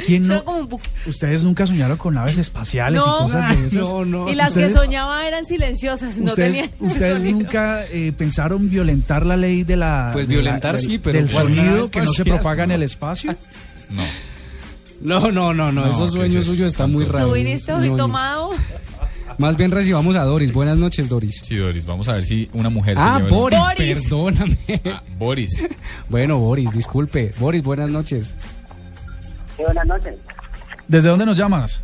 Speaker 2: ¿Quién
Speaker 1: Suena
Speaker 2: no,
Speaker 1: como un buque.
Speaker 2: ustedes nunca soñaron con naves espaciales
Speaker 1: No.
Speaker 2: y cosas de esas.
Speaker 3: No, no.
Speaker 1: Y las
Speaker 2: Ustedes-
Speaker 1: que soñaba eran silenciosas, no
Speaker 2: ustedes,
Speaker 1: tenían ese
Speaker 2: ustedes
Speaker 1: sonido.
Speaker 2: nunca eh, pensaron violentar la ley de la
Speaker 3: Pues
Speaker 2: de la-
Speaker 3: violentar
Speaker 2: del-
Speaker 3: sí, pero
Speaker 2: del
Speaker 3: ¿cuál nave
Speaker 2: sonido que no se
Speaker 3: espacial?
Speaker 2: propaga en el espacio
Speaker 4: No.
Speaker 3: No, no, no, no,
Speaker 4: No,
Speaker 3: esos
Speaker 4: ¿qué
Speaker 3: sueños
Speaker 4: es eso?
Speaker 3: suyos están muy raros.
Speaker 1: Tú viniste hoy
Speaker 3: No, no.
Speaker 1: tomado.
Speaker 3: Más bien recibamos a Doris. Buenas noches, Doris.
Speaker 4: Sí, Doris, vamos a ver si una mujer se
Speaker 3: Ah,
Speaker 4: lleva el-
Speaker 3: Boris,
Speaker 1: Boris.
Speaker 3: perdóname.
Speaker 4: Boris.
Speaker 3: Bueno, Boris, disculpe. Boris, buenas noches.
Speaker 14: buenas noches.
Speaker 2: desde dónde nos llamas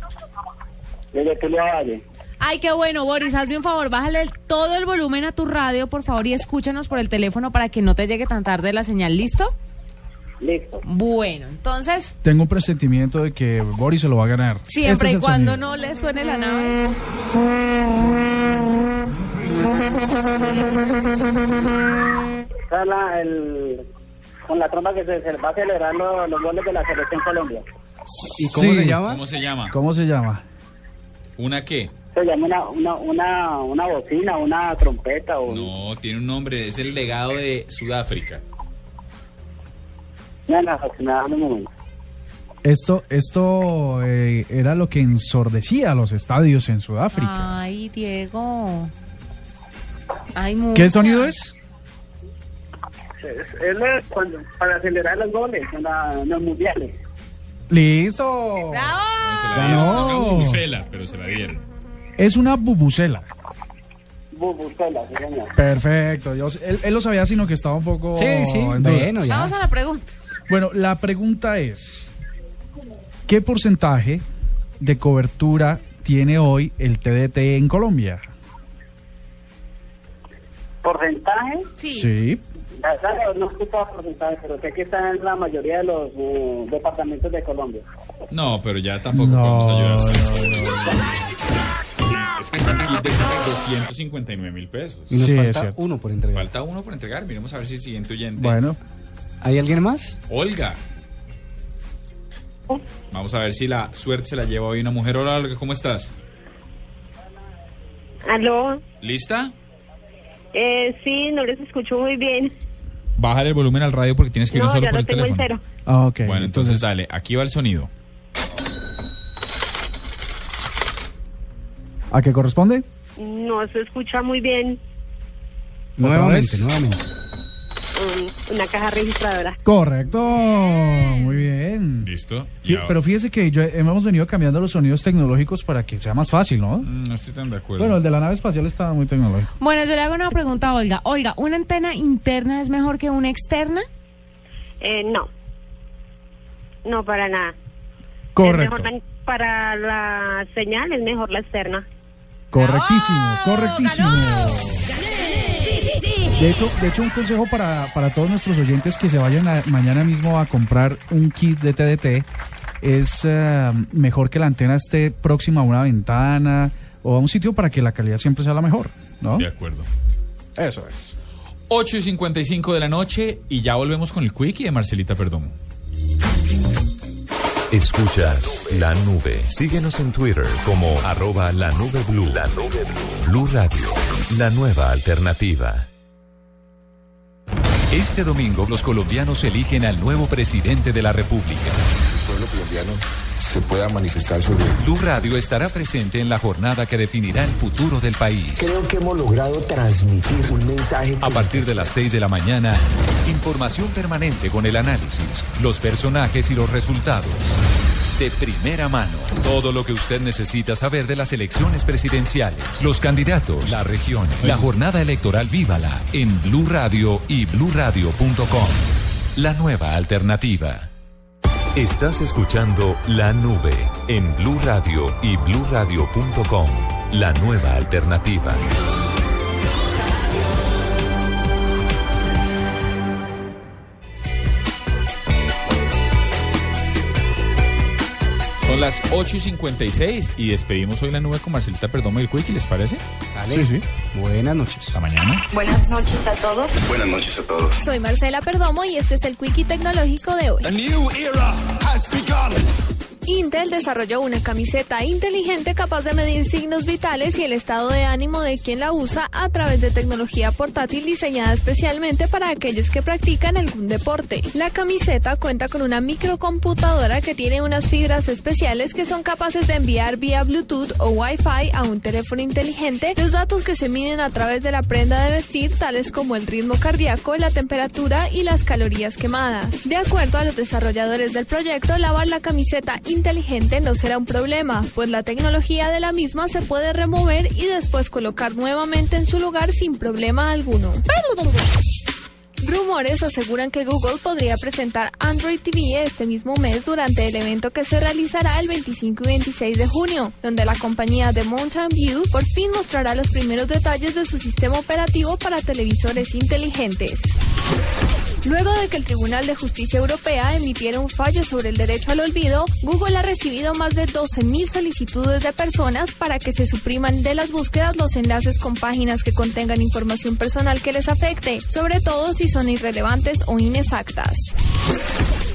Speaker 14: Desde Tulio Valle.
Speaker 1: Ay, qué bueno, Boris, hazme un favor, bájale el- todo el volumen a tu radio, por favor, y escúchanos por el teléfono para que no te llegue tan tarde la señal, ¿listo?
Speaker 14: Listo.
Speaker 1: Bueno, entonces,
Speaker 2: tengo un presentimiento de que Boris se lo va a ganar
Speaker 1: siempre
Speaker 2: Este es
Speaker 1: y
Speaker 2: el
Speaker 1: cuando
Speaker 2: sonido.
Speaker 1: no le suene la nave.
Speaker 14: Esa es la- el- con la tromba que se, se va celebrando los goles de la selección Colombia.
Speaker 3: ¿Y cómo
Speaker 2: Sí.
Speaker 3: se llama?
Speaker 4: ¿Cómo se llama?
Speaker 2: cómo se llama
Speaker 4: ¿Una qué?
Speaker 14: Se llama una, una, una, una bocina, una trompeta o...
Speaker 4: No, tiene un nombre, es el legado de Sudáfrica.
Speaker 14: No, no, se me da un momento.
Speaker 2: esto esto eh, era lo que ensordecía a los estadios en Sudáfrica
Speaker 1: Ay, Diego. Ay,
Speaker 2: qué
Speaker 1: Murcia.
Speaker 2: sonido es
Speaker 14: Es, es la- cuando, para celebrar los goles en, la- en los mundiales.
Speaker 2: listo
Speaker 4: Se la
Speaker 2: Ganó.
Speaker 4: dieron, no, bubucela, pero se la dieron.
Speaker 2: es una bubucela
Speaker 14: Bubucela, sí, señor.
Speaker 2: perfecto yo- él, él lo sabía sino que estaba un poco
Speaker 3: Sí, sí,
Speaker 2: en duda.
Speaker 3: bueno, ya.
Speaker 1: Vamos a la pregunta.
Speaker 2: Bueno, la pregunta es, ¿qué porcentaje de cobertura tiene hoy el TDT en Colombia?
Speaker 14: Porcentaje,
Speaker 1: Sí.
Speaker 2: Sí.
Speaker 14: la verdad, no sé todo porcentaje, pero sé que está en la mayoría de los eh, departamentos de Colombia.
Speaker 4: No, pero ya tampoco vamos a ayudar. Es que este kit de 259 mil pesos.
Speaker 3: Y nos
Speaker 2: Sí, es
Speaker 3: falta
Speaker 2: cierto.
Speaker 3: uno por entregar.
Speaker 4: Falta uno por entregar, miremos a ver si el siguiente oyente.
Speaker 2: Bueno,
Speaker 3: ¿Hay alguien más?
Speaker 4: Olga. Vamos a ver si la suerte se la lleva hoy una mujer. Hola, Olga, ¿cómo estás?
Speaker 29: Aló,
Speaker 4: ¿Lista?
Speaker 29: eh, sí, no les escucho muy bien.
Speaker 4: Bajar el volumen al radio porque tienes que ir
Speaker 29: No,
Speaker 4: solo
Speaker 29: ya
Speaker 4: por
Speaker 29: lo
Speaker 4: el
Speaker 29: tengo en
Speaker 4: teléfono.
Speaker 29: cero.
Speaker 2: ah, ok.
Speaker 4: Bueno, entonces, dale, aquí va el sonido.
Speaker 2: ¿A qué corresponde?
Speaker 29: No se escucha muy bien
Speaker 2: ¿Otra
Speaker 3: Nuevamente,
Speaker 2: vez?
Speaker 3: nuevamente.
Speaker 29: um, una caja registradora.
Speaker 2: Correcto, muy bien.
Speaker 4: Listo.
Speaker 2: Sí, pero fíjese que yo- hemos venido cambiando los sonidos tecnológicos para que sea más fácil, ¿no?
Speaker 4: Mm, No estoy tan de acuerdo.
Speaker 2: Bueno, el de la nave espacial estaba muy tecnológico.
Speaker 1: Bueno, yo le hago una pregunta a Olga. Olga, ¿una antena interna es mejor que una externa?
Speaker 29: Eh, no, no para nada.
Speaker 2: Correcto.
Speaker 29: Es mejor la- para la señal es mejor la externa.
Speaker 2: Correctísimo, correctísimo. De hecho, de hecho, un consejo para, para todos nuestros oyentes que se vayan a- mañana mismo a comprar un kit de TDT es eh, mejor que la antena esté próxima a una ventana o a un sitio para que la calidad siempre sea la mejor, ¿no?
Speaker 4: De acuerdo.
Speaker 2: Eso es.
Speaker 4: 8 y 55 de la noche y ya volvemos con el quickie de Marcelita Perdomo.
Speaker 30: Escuchas la nube. Síguenos en Twitter como arroba la nube blue. La nube blue. Blue Radio, la nueva alternativa.
Speaker 5: Este domingo los colombianos eligen al nuevo presidente de la República.
Speaker 8: pueblo colombiano se pueda manifestar sobre
Speaker 5: Blue Radio estará presente en la jornada que definirá el futuro del país.
Speaker 21: Creo que hemos logrado transmitir un mensaje
Speaker 5: A partir de las 6 de la mañana, información permanente con el análisis, los personajes y los resultados. De primera mano, todo lo que usted necesita saber de las elecciones presidenciales, los candidatos, la región, la jornada electoral vívala en Blue Radio y bluradio.com. La nueva alternativa. Estás escuchando La Nube en Blue Radio y bluradio.com. La nueva alternativa.
Speaker 4: Son las 8 y 56 y despedimos hoy la nube con Marcelita Perdomo y el Quick, ¿les parece?
Speaker 3: Vale.
Speaker 4: Sí,
Speaker 3: sí. Buenas noches.
Speaker 4: Hasta mañana.
Speaker 24: Buenas noches a todos.
Speaker 25: Buenas noches a todos.
Speaker 31: Soy Marcela Perdomo y este es el Quickie Tecnológico de hoy.
Speaker 27: A new era has begun.
Speaker 31: Intel desarrolló una camiseta inteligente capaz de medir signos vitales y el estado de ánimo de quien la usa a través de tecnología portátil diseñada especialmente para aquellos que practican algún deporte. La camiseta cuenta con una microcomputadora que tiene unas fibras especiales que son capaces de enviar vía Bluetooth o Wi-Fi a un teléfono inteligente los datos que se miden a través de la prenda de vestir, tales como el ritmo cardíaco, la temperatura y las calorías quemadas. De acuerdo a los desarrolladores del proyecto, lavar la camiseta inteligente no será un problema, pues la tecnología de la misma se puede remover y después colocar nuevamente en su lugar sin problema alguno. Rumores aseguran que Google podría presentar Android TV este mismo mes durante el evento que se realizará el 25 y 26 de junio, donde la compañía de Mountain View por fin mostrará los primeros detalles de su sistema operativo para televisores inteligentes. Luego de que el Tribunal de Justicia Europea emitiera un fallo sobre el derecho al olvido, Google ha recibido más de 12.000 solicitudes de personas para que se supriman de las búsquedas los enlaces con páginas que contengan información personal que les afecte, sobre todo si son irrelevantes o inexactas.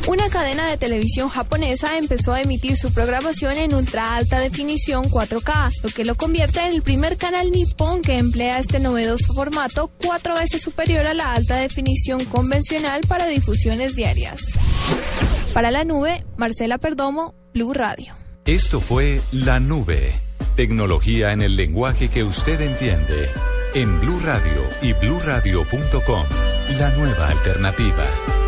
Speaker 31: Una cadena de televisión japonesa empezó a emitir su programación en ultra alta definición 4K, lo que lo convierte en el primer canal nipón que emplea este novedoso formato cuatro veces superior a la alta definición convencional para difusiones diarias. Para la nube, Marcela Perdomo, Blue Radio.
Speaker 5: Esto fue La Nube. Tecnología en el lenguaje que usted entiende. En Blue Radio y bluradio.com. La nueva alternativa.